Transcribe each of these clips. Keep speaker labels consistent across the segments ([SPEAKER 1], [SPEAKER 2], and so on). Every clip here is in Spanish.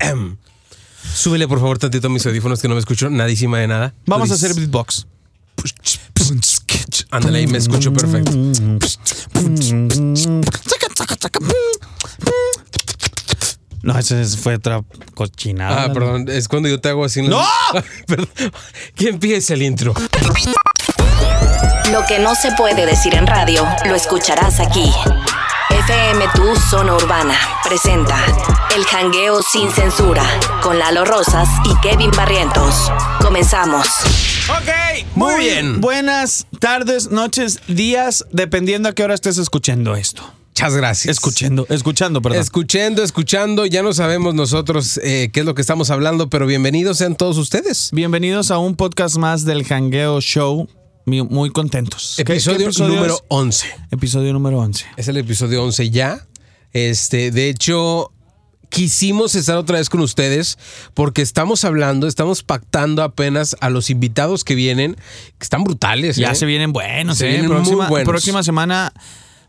[SPEAKER 1] Damn. Súbele por favor tantito a mis audífonos que no me escucho nadísima de nada.
[SPEAKER 2] Vamos a hacer beatbox.
[SPEAKER 1] Ándale, ahí me
[SPEAKER 2] Mm.
[SPEAKER 1] escucho perfecto.
[SPEAKER 2] No, ese es- fue otra cochinada.
[SPEAKER 1] Ah, perdón, es cuando yo te hago así. en la- Perdón. Que empiece el intro.
[SPEAKER 3] Lo que no se puede decir en radio, lo escucharás aquí. FM Tu Zona Urbana presenta El Jangueo Sin Censura con Lalo Rosas y Kevin Barrientos. Comenzamos.
[SPEAKER 1] Ok, muy bien.
[SPEAKER 2] Buenas tardes, noches, días, dependiendo a qué hora estés escuchando esto.
[SPEAKER 1] Muchas gracias.
[SPEAKER 2] Escuchando, escuchando, perdón.
[SPEAKER 1] Escuchando, escuchando, ya no sabemos nosotros eh, qué es lo que estamos hablando, pero bienvenidos sean todos ustedes.
[SPEAKER 2] Bienvenidos a un podcast más del Hangueo Show. Mi- Muy contentos. ¿Qué- qué
[SPEAKER 1] Episodio, número
[SPEAKER 2] es?
[SPEAKER 1] 11.
[SPEAKER 2] Episodio número 11.
[SPEAKER 1] Es el episodio 11 ya. Este, de hecho, quisimos estar otra vez con ustedes porque estamos hablando, estamos pactando apenas a los invitados que vienen, que están brutales.
[SPEAKER 2] Ya
[SPEAKER 1] ¿eh?
[SPEAKER 2] se vienen buenos.
[SPEAKER 1] Se
[SPEAKER 2] eh.
[SPEAKER 1] vienen muy
[SPEAKER 2] próxima,
[SPEAKER 1] buenos.
[SPEAKER 2] próxima semana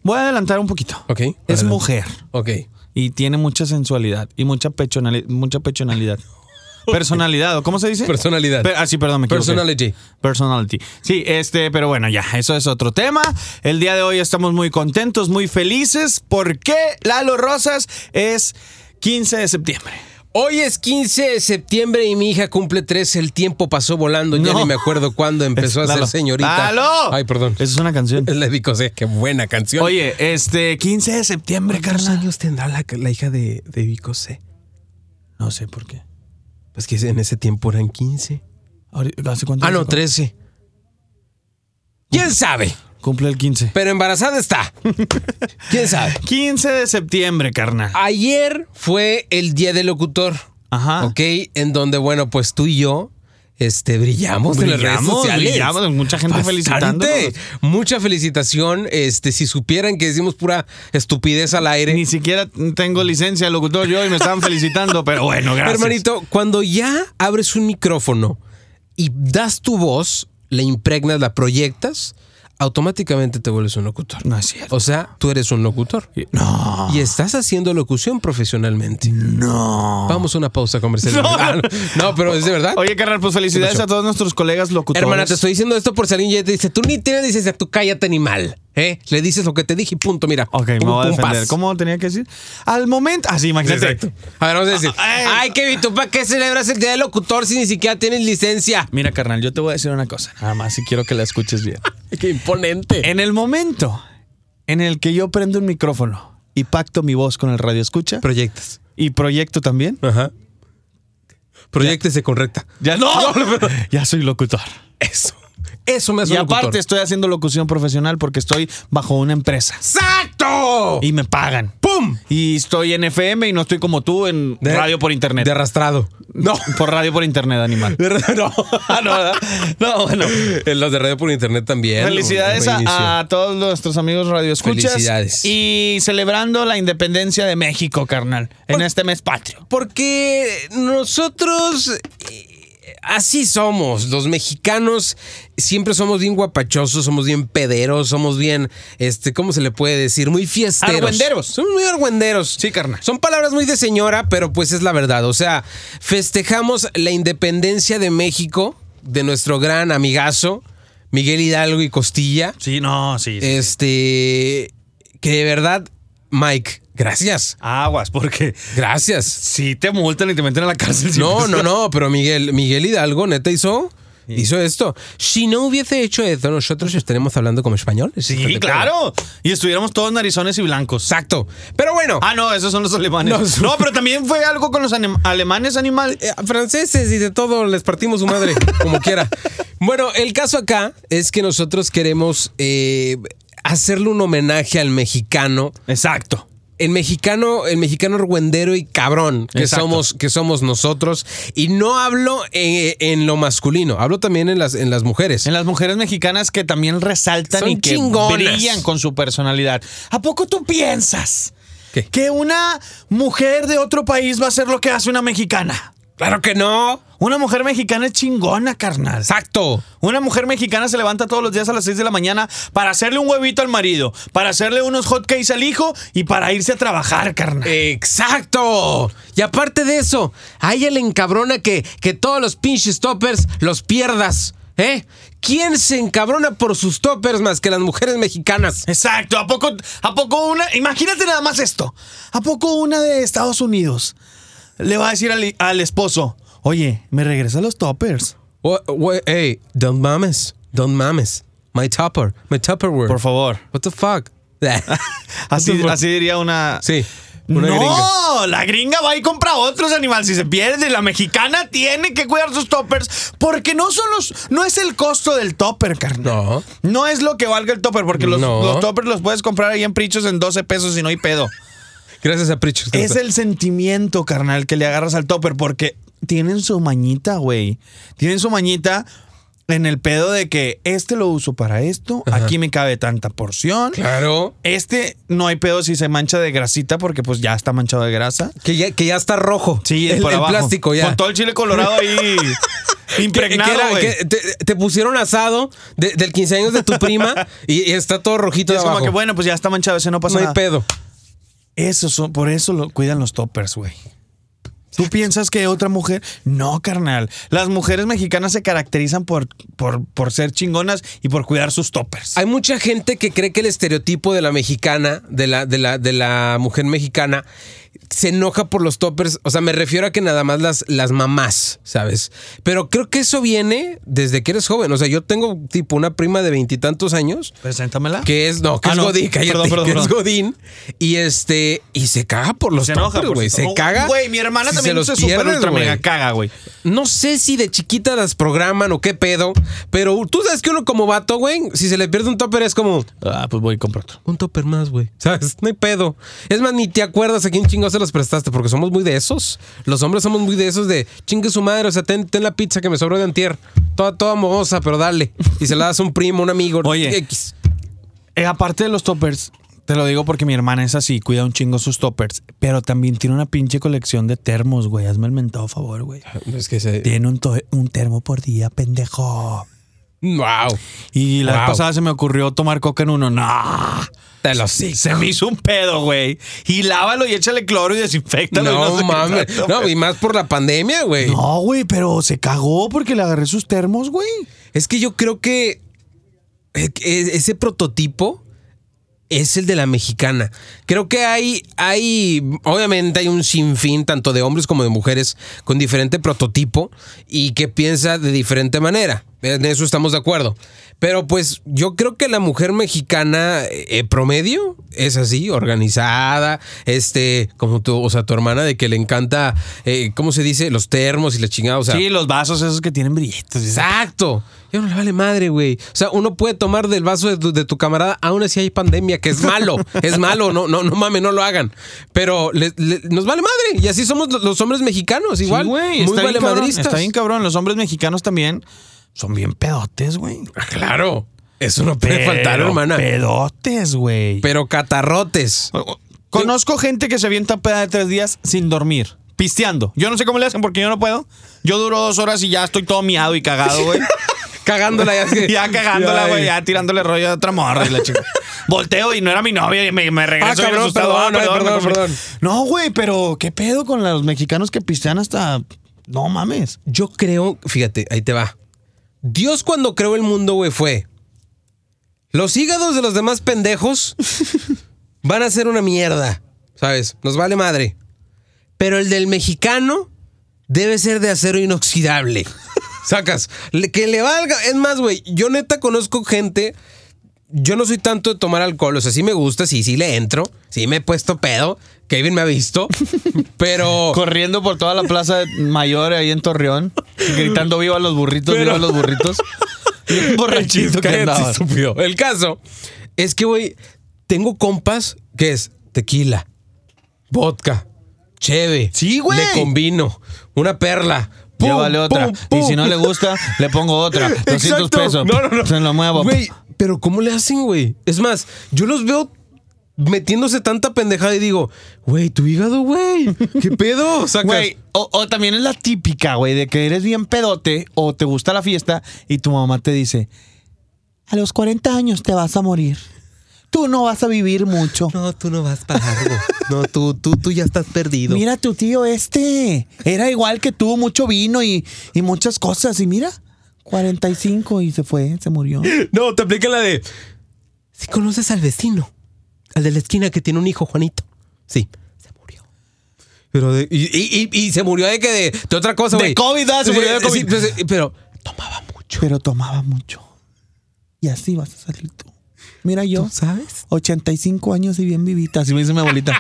[SPEAKER 2] voy a adelantar un poquito.
[SPEAKER 1] Ok,
[SPEAKER 2] Es
[SPEAKER 1] adelante.
[SPEAKER 2] mujer
[SPEAKER 1] Ok.
[SPEAKER 2] y tiene mucha sensualidad y mucha pechonali- mucha pechonalidad. Personalidad, ¿o ¿cómo se dice?
[SPEAKER 1] Personalidad.
[SPEAKER 2] Per- ah, sí, perdón, me equivoqué.
[SPEAKER 1] Personality.
[SPEAKER 2] Personality. Sí, este, pero bueno, ya, eso es otro tema. El día de hoy estamos muy contentos, muy felices, porque Lalo Rosas es 15 de septiembre.
[SPEAKER 1] Hoy es 15 de septiembre y mi hija cumple 3. El tiempo pasó volando. Ya
[SPEAKER 2] No.
[SPEAKER 1] ni me acuerdo cuándo empezó
[SPEAKER 2] Es-
[SPEAKER 1] a ser
[SPEAKER 2] Lalo.
[SPEAKER 1] señorita.
[SPEAKER 2] ¡Lalo!
[SPEAKER 1] Ay, perdón.
[SPEAKER 2] Esa es una canción.
[SPEAKER 1] Es la de Vicosé. Qué buena canción.
[SPEAKER 2] Oye, este, 15 de septiembre,
[SPEAKER 1] ¿cuántos
[SPEAKER 2] carnal.
[SPEAKER 1] años tendrá la, la hija de, de Vicosé?
[SPEAKER 2] No sé por qué.
[SPEAKER 1] Pues que en ese tiempo eran 15.
[SPEAKER 2] Ahori- ¿Hace cuánto?
[SPEAKER 1] Ah, no,
[SPEAKER 2] hace cuánto?
[SPEAKER 1] 13. ¿Quién sabe?
[SPEAKER 2] Cumple el 15.
[SPEAKER 1] Pero embarazada está. ¿Quién sabe?
[SPEAKER 2] 15 de septiembre, carnal.
[SPEAKER 1] Ah, Ayer fue el día del locutor,
[SPEAKER 2] Ajá.
[SPEAKER 1] ¿ok? En donde, bueno, pues tú y yo este, brillamos, en las redes
[SPEAKER 2] Brillamos,
[SPEAKER 1] sociales.
[SPEAKER 2] brillamos, mucha gente
[SPEAKER 1] Bastante.
[SPEAKER 2] felicitándonos.
[SPEAKER 1] Mucha felicitación. Este, si supieran que decimos pura estupidez al aire.
[SPEAKER 2] Ni siquiera tengo licencia de locutor yo y me estaban felicitando, pero bueno, gracias.
[SPEAKER 1] Hermanito, cuando ya abres un micrófono y das tu voz, le impregnas, la proyectas, automáticamente te vuelves un locutor.
[SPEAKER 2] No es cierto.
[SPEAKER 1] O sea, tú eres un locutor.
[SPEAKER 2] No.
[SPEAKER 1] Y estás haciendo locución profesionalmente.
[SPEAKER 2] Ah. No.
[SPEAKER 1] Vamos a una pausa comercial. Ah, No, no, pero es de verdad.
[SPEAKER 2] Oye, carnal, pues felicidades
[SPEAKER 1] ¿Qué pasó?
[SPEAKER 2] a todos nuestros colegas locutores.
[SPEAKER 1] Hermana, te estoy diciendo esto por si alguien ya te dice, tú ni tienes licencia, tú cállate animal. ¿eh? Le dices lo que te dije y punto, mira.
[SPEAKER 2] Ok, me
[SPEAKER 1] Pum,
[SPEAKER 2] voy a
[SPEAKER 1] pum,
[SPEAKER 2] defender.
[SPEAKER 1] paz.
[SPEAKER 2] ¿Cómo tenía que decir? Al momento. Así, imagínate.
[SPEAKER 1] Exacto. A ver, vamos a decir.
[SPEAKER 2] Ah, eh.
[SPEAKER 1] Ay, Kevin, ¿tú para qué celebras el día del locutor si ni siquiera tienes licencia?
[SPEAKER 2] Mira, carnal, yo te voy a decir una cosa. Nada más, si quiero que la escuches bien.
[SPEAKER 1] Qué imponente.
[SPEAKER 2] en el momento en el que yo prendo un micrófono y pacto mi voz con el radio escucha
[SPEAKER 1] Proyectas.
[SPEAKER 2] y proyecto también,
[SPEAKER 1] Ajá. Proyectese con recta.
[SPEAKER 2] ya no. ya soy locutor.
[SPEAKER 1] Eso. Eso me hace
[SPEAKER 2] Y
[SPEAKER 1] un locutor.
[SPEAKER 2] aparte estoy haciendo locución profesional porque estoy bajo una empresa
[SPEAKER 1] ¡Exacto!
[SPEAKER 2] y me pagan.
[SPEAKER 1] ¡Pum!
[SPEAKER 2] Y estoy en FM y no estoy como tú en
[SPEAKER 1] De-
[SPEAKER 2] radio por internet.
[SPEAKER 1] De arrastrado.
[SPEAKER 2] no, por radio por internet, animal.
[SPEAKER 1] De ra- no.
[SPEAKER 2] Ah, no, ¿verdad? no, bueno.
[SPEAKER 1] Eh, Los de radio por internet también.
[SPEAKER 2] Felicidades
[SPEAKER 1] Un reinicio.
[SPEAKER 2] a, a todos nuestros amigos radioescuchas.
[SPEAKER 1] Felicidades.
[SPEAKER 2] Y celebrando la independencia de México, carnal, en
[SPEAKER 1] Pues-
[SPEAKER 2] este mes patrio.
[SPEAKER 1] Porque nosotros eh, así somos, los mexicanos siempre somos bien guapachosos, somos bien pederos, somos bien, este, ¿cómo se le puede decir? Muy fiesteros.
[SPEAKER 2] Argüenderos.
[SPEAKER 1] Somos muy argüenderos.
[SPEAKER 2] Sí, carnal.
[SPEAKER 1] Son palabras muy de señora, pero pues es la verdad. O sea, festejamos la independencia de México, de nuestro gran amigazo, Miguel Hidalgo y Costilla.
[SPEAKER 2] Sí, no, sí. sí.
[SPEAKER 1] Este, que de verdad, Mike, gracias.
[SPEAKER 2] Aguas, porque
[SPEAKER 1] Gracias.
[SPEAKER 2] si te multan y te meten a la cárcel. si
[SPEAKER 1] No,
[SPEAKER 2] estás-
[SPEAKER 1] no, no, pero Miguel, Miguel Hidalgo, neta, hizo, hizo esto. Si no hubiese hecho esto, nosotros estaremos hablando como españoles. ¿Estás
[SPEAKER 2] Sí,
[SPEAKER 1] de acuerdo?
[SPEAKER 2] claro. Y estuviéramos todos narizones y blancos.
[SPEAKER 1] Exacto. Pero bueno,
[SPEAKER 2] Ah, no, esos son los alemanes.
[SPEAKER 1] No,
[SPEAKER 2] No,
[SPEAKER 1] son-
[SPEAKER 2] pero también fue algo con los anem- alemanes, animal.
[SPEAKER 1] eh, franceses y de todo, les partimos su madre, como quiera. Bueno, el caso acá es que nosotros queremos eh, hacerle un homenaje al mexicano.
[SPEAKER 2] Exacto.
[SPEAKER 1] El mexicano, el mexicano argüendero y cabrón que
[SPEAKER 2] Exacto.
[SPEAKER 1] somos, que somos nosotros. Y no hablo en, en lo masculino, hablo también en las, en las mujeres.
[SPEAKER 2] En las mujeres mexicanas que también resaltan
[SPEAKER 1] Son
[SPEAKER 2] y que
[SPEAKER 1] chingonas.
[SPEAKER 2] brillan con su personalidad. ¿A poco tú piensas
[SPEAKER 1] ¿Qué?
[SPEAKER 2] que una mujer de otro país va a hacer lo que hace una mexicana?
[SPEAKER 1] Claro que no.
[SPEAKER 2] Una mujer mexicana es chingona, carnal.
[SPEAKER 1] Exacto.
[SPEAKER 2] Una mujer mexicana se levanta todos los días a las 6 de la mañana para hacerle un huevito al marido, para hacerle unos hotcakes al hijo y para irse a trabajar, carnal.
[SPEAKER 1] Exacto. Y aparte de eso, a ella le encabrona que, que todos los pinches toppers los pierdas. ¿Eh? ¿Quién se encabrona por sus toppers más que las mujeres mexicanas?
[SPEAKER 2] Exacto, ¿a poco, ¿a poco una? Imagínate nada más esto. ¿A poco una de Estados Unidos le va a decir al, al esposo, oye, me regresa los toppers?
[SPEAKER 1] What, what- hey, don't mames. Don't mames. My topper. My topperware.
[SPEAKER 2] Por favor.
[SPEAKER 1] What the fuck?
[SPEAKER 2] Así,
[SPEAKER 1] Por-
[SPEAKER 2] así diría una...
[SPEAKER 1] Sí.
[SPEAKER 2] no,
[SPEAKER 1] Una gringa.
[SPEAKER 2] la gringa va y compra otros animales si se pierde. La mexicana tiene que cuidar sus toppers porque no son los, no es el costo del topper, carnal.
[SPEAKER 1] No.
[SPEAKER 2] No es lo que valga el topper porque los,
[SPEAKER 1] No.
[SPEAKER 2] los toppers los puedes comprar ahí en Prichos en 12 pesos y no hay pedo.
[SPEAKER 1] Gracias a Prichos.
[SPEAKER 2] es el sentimiento, carnal, que le agarras al topper porque tienen su mañita, güey. Tienen su mañita en el pedo de que este lo uso para esto, aquí me cabe tanta porción.
[SPEAKER 1] Claro.
[SPEAKER 2] Este no hay pedo si se mancha de grasita porque pues ya está manchado de grasa.
[SPEAKER 1] Que ya, que ya está rojo.
[SPEAKER 2] Sí,
[SPEAKER 1] el,
[SPEAKER 2] por
[SPEAKER 1] el
[SPEAKER 2] abajo.
[SPEAKER 1] plástico ya.
[SPEAKER 2] Con todo el chile colorado ahí
[SPEAKER 1] Que- que
[SPEAKER 2] impregnado,
[SPEAKER 1] era-
[SPEAKER 2] güey.
[SPEAKER 1] que te, te pusieron asado de- del 15 años de tu prima y, y está todo
[SPEAKER 2] Y
[SPEAKER 1] rojito de
[SPEAKER 2] es como
[SPEAKER 1] abajo.
[SPEAKER 2] que bueno, pues ya está manchado, ese no pasa
[SPEAKER 1] no hay
[SPEAKER 2] nada.
[SPEAKER 1] pedo.
[SPEAKER 2] Eso son- por eso lo cuidan los toppers, güey. ¿Tú piensas que otra mujer? No, carnal. Las mujeres mexicanas se caracterizan por, por, por ser chingonas y por cuidar sus toppers.
[SPEAKER 1] Hay mucha gente que cree que el estereotipo de la mexicana, de la, de la, de la mujer mexicana, se enoja por los toppers. O sea, me refiero a que nada más las, las mamás, ¿sabes? Pero creo que eso viene desde que eres joven. O sea, yo tengo tipo una prima de veintitantos años
[SPEAKER 2] Preséntamela.
[SPEAKER 1] que es, no, que
[SPEAKER 2] Ah,
[SPEAKER 1] es
[SPEAKER 2] no.
[SPEAKER 1] Godín, cállate,
[SPEAKER 2] Perdón, perdón,
[SPEAKER 1] que es
[SPEAKER 2] perdón.
[SPEAKER 1] Godín. Y este, y se caga por los
[SPEAKER 2] Se enoja,
[SPEAKER 1] toppers,
[SPEAKER 2] por
[SPEAKER 1] güey.
[SPEAKER 2] su-
[SPEAKER 1] Se
[SPEAKER 2] Oh,
[SPEAKER 1] caga.
[SPEAKER 2] Güey, mi hermana
[SPEAKER 1] si
[SPEAKER 2] también se, super
[SPEAKER 1] pierdes,
[SPEAKER 2] ultra
[SPEAKER 1] güey.
[SPEAKER 2] mega caga, güey.
[SPEAKER 1] No sé si de chiquita las programan o qué pedo, pero tú sabes que uno como vato, güey, si se le pierde un topper es como
[SPEAKER 2] Ah, pues voy y compro otro.
[SPEAKER 1] un topper más, güey. ¿Sabes? No hay pedo. Es más, ni te acuerdas a quién chingados se los prestaste, porque somos muy de esos. Los hombres somos muy de esos de chingue su madre, o sea, ten, ten la pizza que me sobró de antier. Toda, toda mohosa, pero dale. Y se la das a un primo, un amigo.
[SPEAKER 2] Oye.
[SPEAKER 1] X.
[SPEAKER 2] Eh, aparte de los toppers, te lo digo porque mi hermana es así, cuida un chingo sus toppers, pero también tiene una pinche colección de termos, güey. Hazme el mentado favor, güey.
[SPEAKER 1] Es que se...
[SPEAKER 2] Tiene un, to- un termo por día, pendejo.
[SPEAKER 1] Wow.
[SPEAKER 2] Y la vez
[SPEAKER 1] Wow.
[SPEAKER 2] pasada se me ocurrió tomar coca en uno. No.
[SPEAKER 1] Te lo sí.
[SPEAKER 2] Se me hizo un pedo, güey. Y lávalo y échale cloro y
[SPEAKER 1] No,
[SPEAKER 2] desinfectalo. y sé qué
[SPEAKER 1] mames.
[SPEAKER 2] tanto,
[SPEAKER 1] No,
[SPEAKER 2] güey.
[SPEAKER 1] y más por la pandemia, güey.
[SPEAKER 2] No, güey, pero se cagó porque le agarré sus termos, güey.
[SPEAKER 1] Es que yo creo que e- e- ese prototipo es el de la mexicana. Creo que hay, hay, obviamente hay un sinfín, tanto de hombres como de mujeres, con diferente prototipo y que piensa de diferente manera. En eso estamos de acuerdo. Pero pues yo creo que la mujer mexicana eh, promedio es así, organizada, este, como tu, o sea, tu hermana de que le encanta, eh, ¿cómo se dice? Los termos y la chingada, o sea. Ah,
[SPEAKER 2] sí, los vasos esos que tienen brillitos. y esa-
[SPEAKER 1] Exacto. Ya no le vale madre, güey. O sea, uno puede tomar del vaso de tu, de tu camarada, aún así hay pandemia, que es malo. es malo, no, no, no mames, no lo hagan. Pero le- le- nos vale madre. Y así somos lo- los hombres mexicanos, igual.
[SPEAKER 2] Sí, güey,
[SPEAKER 1] muy
[SPEAKER 2] está, bien
[SPEAKER 1] vale
[SPEAKER 2] cabrón,
[SPEAKER 1] madristas.
[SPEAKER 2] está bien cabrón. Los hombres mexicanos también son bien pedotes, güey.
[SPEAKER 1] Ah, Claro. Eso no puede
[SPEAKER 2] Pero
[SPEAKER 1] faltar, hermana.
[SPEAKER 2] Pedotes, güey.
[SPEAKER 1] Pero catarrotes.
[SPEAKER 2] Conozco gente que se avienta peda de tres días sin dormir, pisteando. Yo no sé cómo le hacen porque yo no puedo. Yo duro dos horas y ya estoy todo miado y cagado, güey.
[SPEAKER 1] Cagándola ya. así-
[SPEAKER 2] ya cagándola, güey,
[SPEAKER 1] Ay.
[SPEAKER 2] ya tirándole rollo a otra morra y la chica. Volteo y no era mi novia y me, me regreso.
[SPEAKER 1] Ah, cabrón,
[SPEAKER 2] bien asustado.
[SPEAKER 1] perdón,
[SPEAKER 2] Ah,
[SPEAKER 1] ay,
[SPEAKER 2] me
[SPEAKER 1] perdón,
[SPEAKER 2] confundí.
[SPEAKER 1] perdón.
[SPEAKER 2] No, güey, pero ¿qué pedo con los mexicanos que pistean hasta... No mames.
[SPEAKER 1] Yo creo, fíjate, ahí te va. Dios cuando creó el mundo, güey, fue. Los hígados de los demás pendejos van a ser una mierda, ¿sabes? Nos vale madre. Pero el del mexicano debe ser de acero inoxidable. Sacas, Le- que le valga. Es más, güey, yo neta conozco gente yo no soy tanto de tomar alcohol, o sea, sí me gusta, sí, sí le entro, sí me he puesto pedo, Kevin me ha visto, pero...
[SPEAKER 2] Corriendo por toda la plaza mayor ahí en Torreón, gritando viva los burritos,
[SPEAKER 1] Pero-
[SPEAKER 2] viva los burritos. Y un borrachito que
[SPEAKER 1] Cállate,
[SPEAKER 2] andaba.
[SPEAKER 1] estúpido. El caso es que, güey, tengo compas que es tequila, vodka, cheve.
[SPEAKER 2] Sí, güey.
[SPEAKER 1] Le combino, una perla. pum,
[SPEAKER 2] Llévale otra.
[SPEAKER 1] pum, pum.
[SPEAKER 2] Y si no le gusta, le pongo otra. 200
[SPEAKER 1] Exacto.
[SPEAKER 2] pesos.
[SPEAKER 1] No, no, no.
[SPEAKER 2] Se lo muevo.
[SPEAKER 1] Güey, pero ¿cómo le hacen, güey? Es más, yo los veo metiéndose tanta pendejada y digo, güey, tu hígado, güey, ¿qué pedo? Sacas.
[SPEAKER 2] Güey, o, o también es la típica, güey, de que eres bien pedote o te gusta la fiesta y tu mamá te dice, a los 40 años te vas a morir. Tú no vas a vivir mucho.
[SPEAKER 1] No, tú no vas para algo. No, tú, tú, tú ya estás perdido.
[SPEAKER 2] Mira tu tío este. Era igual que tú, mucho vino y, y muchas cosas. Y mira, 45 y se fue, se murió.
[SPEAKER 1] No, te aplica la de. Si conoces al vecino, al de la esquina que tiene un hijo, Juanito. Sí, se murió. Pero de- y, y- y- y se murió de que de, de otra cosa,
[SPEAKER 2] De
[SPEAKER 1] güey.
[SPEAKER 2] COVID, ah,
[SPEAKER 1] Sí,
[SPEAKER 2] se murió de COVID.
[SPEAKER 1] sí, pues, sí, pero tomaba mucho.
[SPEAKER 2] Pero tomaba mucho. Y así vas a salir tú. Mira yo,
[SPEAKER 1] ¿Tú sabes?
[SPEAKER 2] 85 años y bien vivita. Así me dice mi abuelita.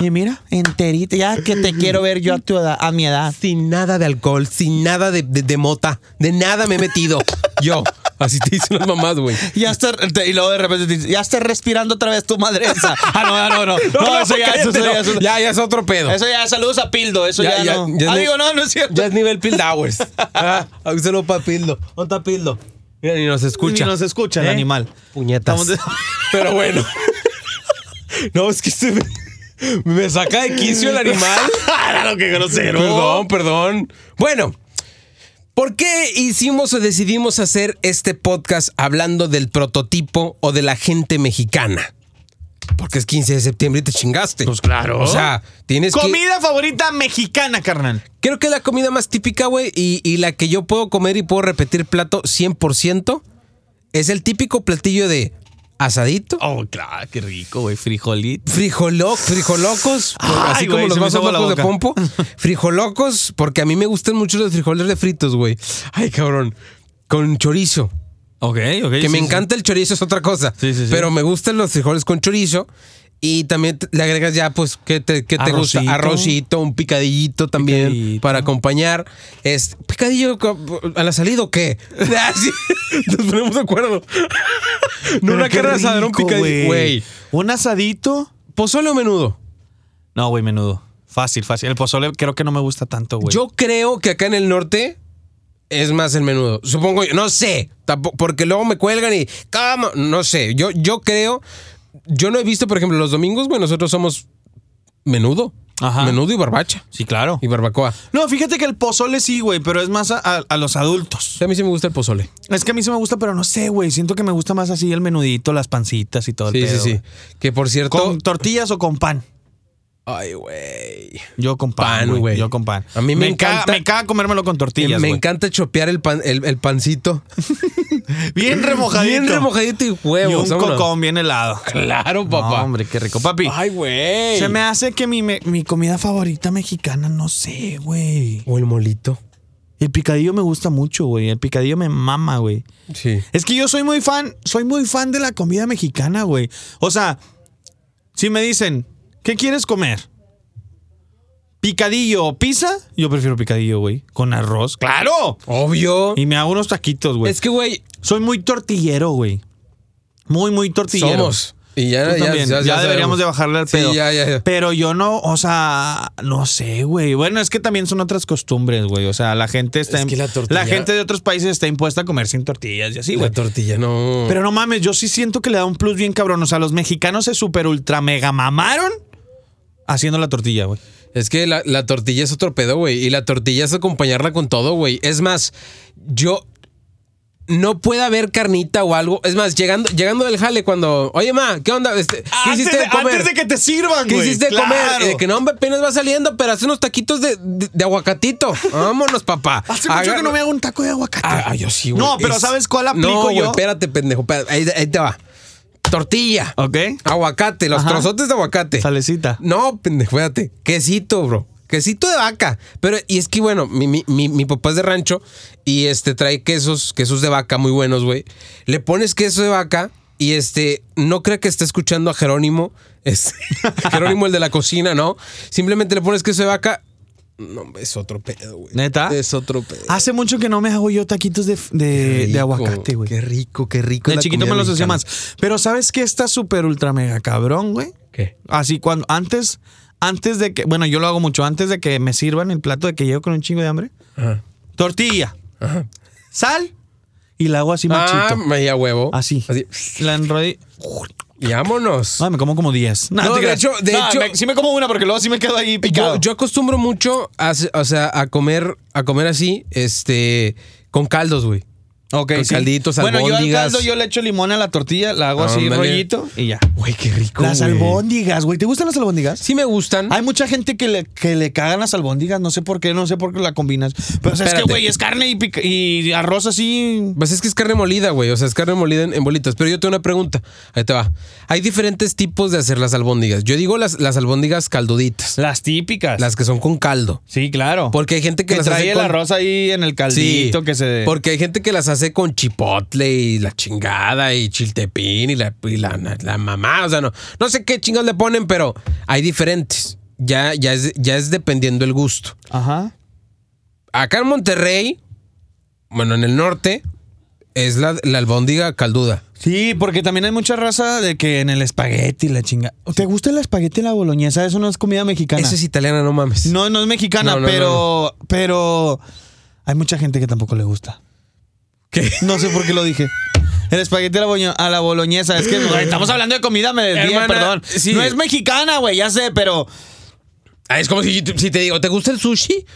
[SPEAKER 2] Y mira, enterita. Ya que te quiero ver yo a, tu edad, a mi edad.
[SPEAKER 1] Sin nada de alcohol, sin nada de, de- de mota, de nada me he metido. Yo. Así te dicen las mamás, güey.
[SPEAKER 2] Ya está, te- y luego de repente te dice, ya estás respirando otra vez tu madre esa. Ah, no, no, no. No, eso ya,
[SPEAKER 1] cállate,
[SPEAKER 2] eso, eso ya,
[SPEAKER 1] no.
[SPEAKER 2] eso,
[SPEAKER 1] ya, ya es otro pedo.
[SPEAKER 2] eso ya, saludos a Pildo, eso ya, no. ah,
[SPEAKER 1] ni-
[SPEAKER 2] digo, no, no es cierto.
[SPEAKER 1] Ya es nivel Pildowers. Ah, un saludo para Pildo. ¿Dónde está Pildo? Mira, ni nos escucha. ¿Eh?
[SPEAKER 2] Ni nos escucha el animal.
[SPEAKER 1] Puñetas.
[SPEAKER 2] Estamos
[SPEAKER 1] Pero bueno. No, es que se me, me saca de quicio el animal.
[SPEAKER 2] Claro, qué grosero.
[SPEAKER 1] Perdón, perdón. Bueno. ¿Por qué hicimos o decidimos hacer este podcast hablando del prototipo o de la gente mexicana? Porque es 15 de septiembre y te chingaste.
[SPEAKER 2] Pues claro.
[SPEAKER 1] O sea, tienes pues, que...
[SPEAKER 2] Comida favorita mexicana, carnal.
[SPEAKER 1] Creo que es la comida más típica, güey, y, y la que yo puedo comer y puedo repetir plato 100%, es el típico platillo de asadito,
[SPEAKER 2] Oh, claro, qué rico, güey. Frijolito.
[SPEAKER 1] frijolo, frijolocos, por-
[SPEAKER 2] Ay,
[SPEAKER 1] así como
[SPEAKER 2] güey,
[SPEAKER 1] los
[SPEAKER 2] se me
[SPEAKER 1] más
[SPEAKER 2] hizo agua la
[SPEAKER 1] locos de
[SPEAKER 2] boca.
[SPEAKER 1] pompo, frijolocos, porque a mí me gustan mucho los frijoles refritos, güey. Ay, cabrón, con chorizo.
[SPEAKER 2] Ok, ok.
[SPEAKER 1] Que me encanta el chorizo es otra cosa.
[SPEAKER 2] Sí, sí, sí.
[SPEAKER 1] Pero me gustan los frijoles con chorizo. Y también te- le agregas ya, pues, ¿qué te, qué te gusta?
[SPEAKER 2] Arrocito.
[SPEAKER 1] Arrocito, un picadillito también
[SPEAKER 2] Picadillito.
[SPEAKER 1] para acompañar. Es, ¿Picadillo co- a la salida o qué? Ah, sí, Nos ponemos de acuerdo. No una carne asadera, un picadillo. Güey.
[SPEAKER 2] Un asadito.
[SPEAKER 1] Pozole o menudo.
[SPEAKER 2] No, güey, menudo. Fácil, fácil. El pozole creo que no me gusta tanto, güey.
[SPEAKER 1] Yo creo que acá en el norte es más el menudo. Supongo yo. No sé. tampo- porque luego me cuelgan y. "Cama", No sé. Yo, yo creo. Yo no he visto, por ejemplo, los domingos, güey, nosotros somos menudo.
[SPEAKER 2] Ajá.
[SPEAKER 1] Menudo y barbacha.
[SPEAKER 2] Sí, claro.
[SPEAKER 1] Y barbacoa.
[SPEAKER 2] No, fíjate que el pozole sí, güey, pero es más a, a- a los adultos.
[SPEAKER 1] Sí, a mí sí me gusta el pozole.
[SPEAKER 2] Es que a mí sí me gusta, pero no sé, güey. Siento que me gusta más así el menudito, las pancitas y todo el
[SPEAKER 1] Sí, sí,
[SPEAKER 2] pedo,
[SPEAKER 1] sí.
[SPEAKER 2] güey.
[SPEAKER 1] Que por cierto.
[SPEAKER 2] ¿Con tortillas o con pan?
[SPEAKER 1] Ay, güey.
[SPEAKER 2] Yo con
[SPEAKER 1] Pan,
[SPEAKER 2] pan, güey.
[SPEAKER 1] güey.
[SPEAKER 2] Yo con pan.
[SPEAKER 1] A mí me
[SPEAKER 2] caga-
[SPEAKER 1] encanta-
[SPEAKER 2] me caga comérmelo con tortillas,
[SPEAKER 1] me
[SPEAKER 2] güey.
[SPEAKER 1] encanta chopear el, pan, el, el pancito.
[SPEAKER 2] Bien remojadito.
[SPEAKER 1] Bien remojadito y
[SPEAKER 2] Y
[SPEAKER 1] huevos.
[SPEAKER 2] un
[SPEAKER 1] vámonos.
[SPEAKER 2] cocón bien helado.
[SPEAKER 1] Claro,
[SPEAKER 2] No,
[SPEAKER 1] papá.
[SPEAKER 2] hombre, qué rico. Papi,
[SPEAKER 1] Ay, güey.
[SPEAKER 2] se me hace que mi, me- mi comida favorita mexicana, no sé, güey.
[SPEAKER 1] O el molito.
[SPEAKER 2] El picadillo me gusta mucho, güey. El picadillo me mama, güey.
[SPEAKER 1] Sí.
[SPEAKER 2] Es que yo soy muy fan, soy muy fan de la comida mexicana, güey. O sea, si me dicen, ¿qué quieres comer? ¿Picadillo o pizza? Yo prefiero picadillo, güey. Con arroz, claro.
[SPEAKER 1] Obvio.
[SPEAKER 2] Y me hago unos taquitos, güey.
[SPEAKER 1] Es que, güey,
[SPEAKER 2] Soy muy tortillero, güey. Muy, muy tortillero.
[SPEAKER 1] Somos. Y
[SPEAKER 2] Tú
[SPEAKER 1] ya, ya,
[SPEAKER 2] también.
[SPEAKER 1] ya-
[SPEAKER 2] Ya,
[SPEAKER 1] ya sabemos.
[SPEAKER 2] deberíamos de bajarle al
[SPEAKER 1] Sí,
[SPEAKER 2] pedo.
[SPEAKER 1] ya, ya, ya.
[SPEAKER 2] Pero yo no, o sea, no sé, güey. Bueno, es que también son otras costumbres, güey. O sea, la gente está
[SPEAKER 1] Es que la tortilla-
[SPEAKER 2] gente de otros países está impuesta a comer sin tortillas y así,
[SPEAKER 1] La
[SPEAKER 2] güey.
[SPEAKER 1] tortilla, no.
[SPEAKER 2] Pero no mames, yo sí siento que le da un plus bien cabrón. O sea, los mexicanos se super ultra mega mamaron haciendo la tortilla, güey.
[SPEAKER 1] Es que la, la tortilla es otro pedo, güey. Y la tortilla es acompañarla con todo, güey. Es más, yo no puede haber carnita o algo. Es más, llegando, llegando del jale cuando. Oye, ma, ¿qué onda? Este, ¿Qué hiciste de comer?
[SPEAKER 2] antes de que te sirvan,
[SPEAKER 1] ¿Qué
[SPEAKER 2] güey.
[SPEAKER 1] hiciste de
[SPEAKER 2] Claro.
[SPEAKER 1] comer? Eh, que no, hombre, apenas va saliendo, pero hace unos taquitos de, de- de aguacatito. Vámonos, papá.
[SPEAKER 2] Hace mucho que
[SPEAKER 1] Agarra-
[SPEAKER 2] no me hago un taco de aguacate.
[SPEAKER 1] Ah, ah, yo sí, güey.
[SPEAKER 2] No, pero
[SPEAKER 1] Es-
[SPEAKER 2] ¿sabes cuál
[SPEAKER 1] no,
[SPEAKER 2] aplico
[SPEAKER 1] güey,
[SPEAKER 2] yo?
[SPEAKER 1] espérate, pendejo. espérate. Ahí, ahí te va. Tortilla.
[SPEAKER 2] Ok.
[SPEAKER 1] Aguacate, los
[SPEAKER 2] Ajá.
[SPEAKER 1] trozotes de aguacate.
[SPEAKER 2] Salecita.
[SPEAKER 1] No, pendejo, espérate. Quesito, bro. Quesito de vaca. Pero, y es que, bueno, mi, mi- mi- mi papá es de rancho y este trae quesos, quesos de vaca muy buenos, güey. Le pones queso de vaca y este, no creo que esté escuchando a Jerónimo. este, Jerónimo, el de la cocina, ¿no? Simplemente le pones queso de vaca. No, hombre, es otro pedo, güey.
[SPEAKER 2] ¿Neta?
[SPEAKER 1] Es otro pedo.
[SPEAKER 2] Hace mucho que no me hago yo taquitos de, de- de
[SPEAKER 1] Rico,
[SPEAKER 2] aguacate, güey.
[SPEAKER 1] Qué rico, qué rico.
[SPEAKER 2] De
[SPEAKER 1] la
[SPEAKER 2] chiquito me
[SPEAKER 1] comida
[SPEAKER 2] los hacía
[SPEAKER 1] mexicana.
[SPEAKER 2] más. Pero ¿sabes qué está súper ultra mega cabrón, güey?
[SPEAKER 1] ¿Qué?
[SPEAKER 2] Así cuando antes antes de que, bueno, yo lo hago mucho antes de que me sirvan el plato de que llego con un chingo de hambre.
[SPEAKER 1] Ajá.
[SPEAKER 2] Tortilla. Sal y la hago así machito.
[SPEAKER 1] Ah, me ya huevo.
[SPEAKER 2] así.
[SPEAKER 1] Así.
[SPEAKER 2] La enrollé.
[SPEAKER 1] Y vámonos.
[SPEAKER 2] Ah, me como como 10.
[SPEAKER 1] No,
[SPEAKER 2] te
[SPEAKER 1] de
[SPEAKER 2] creas.
[SPEAKER 1] hecho- de
[SPEAKER 2] No,
[SPEAKER 1] hecho-
[SPEAKER 2] me- sí me como una porque luego sí me quedo ahí picado.
[SPEAKER 1] Yo, yo acostumbro mucho a, o sea, a comer, a comer así, este, con caldos, güey.
[SPEAKER 2] Ok,
[SPEAKER 1] Con calditos,
[SPEAKER 2] Bueno, yo al
[SPEAKER 1] albóndigas.
[SPEAKER 2] caldo yo le echo limón a la tortilla, la hago así
[SPEAKER 1] Ándale.
[SPEAKER 2] rollito y ya.
[SPEAKER 1] Güey, qué rico.
[SPEAKER 2] Las
[SPEAKER 1] güey.
[SPEAKER 2] albóndigas, güey. ¿Te gustan las albóndigas?
[SPEAKER 1] Sí me gustan.
[SPEAKER 2] Hay mucha gente que le, que le cagan las albóndigas, no sé por qué, no sé por qué la combinas. Pero o sea, es que,
[SPEAKER 1] Espérate.
[SPEAKER 2] güey, es carne y, pica- y arroz así.
[SPEAKER 1] Pues es que es carne molida, güey. O sea, es carne molida en, en bolitas. Pero yo tengo una pregunta. Ahí te va. Hay diferentes tipos de hacer las albóndigas. Yo digo las, las albóndigas calduditas.
[SPEAKER 2] Las típicas.
[SPEAKER 1] Las que son con caldo.
[SPEAKER 2] Sí, claro.
[SPEAKER 1] Porque hay gente que,
[SPEAKER 2] que
[SPEAKER 1] las hace
[SPEAKER 2] trae el
[SPEAKER 1] con-
[SPEAKER 2] arroz ahí en el
[SPEAKER 1] Sí,
[SPEAKER 2] caldito que se.
[SPEAKER 1] porque hay gente que las hace con chipotle y la chingada y chiltepín y la, y la- la mamá, o sea, no, no sé qué chingados le ponen, pero hay diferentes. Ya, ya, es, ya es dependiendo el gusto.
[SPEAKER 2] Ajá.
[SPEAKER 1] Acá en Monterrey, bueno, en el norte, es la, la albóndiga calduda.
[SPEAKER 2] Sí, porque también hay mucha raza de que en el espagueti la chinga. ¿Te gusta el espagueti y la boloñesa? Eso no es comida mexicana.
[SPEAKER 1] Eso es italiana, no mames.
[SPEAKER 2] No, no es mexicana,
[SPEAKER 1] No, no,
[SPEAKER 2] pero. Pero. Hay mucha gente que tampoco le gusta.
[SPEAKER 1] ¿Qué?
[SPEAKER 2] No sé por qué lo dije. El espagueti a la, boño- a la boloñesa. Es que güey, estamos hablando de comida, me desvié,
[SPEAKER 1] Mm. Hermana,
[SPEAKER 2] perdón.
[SPEAKER 1] sí.
[SPEAKER 2] No es mexicana, güey, ya sé, pero.
[SPEAKER 1] Ah, es como si, yo- si te digo, ¿te gusta el sushi?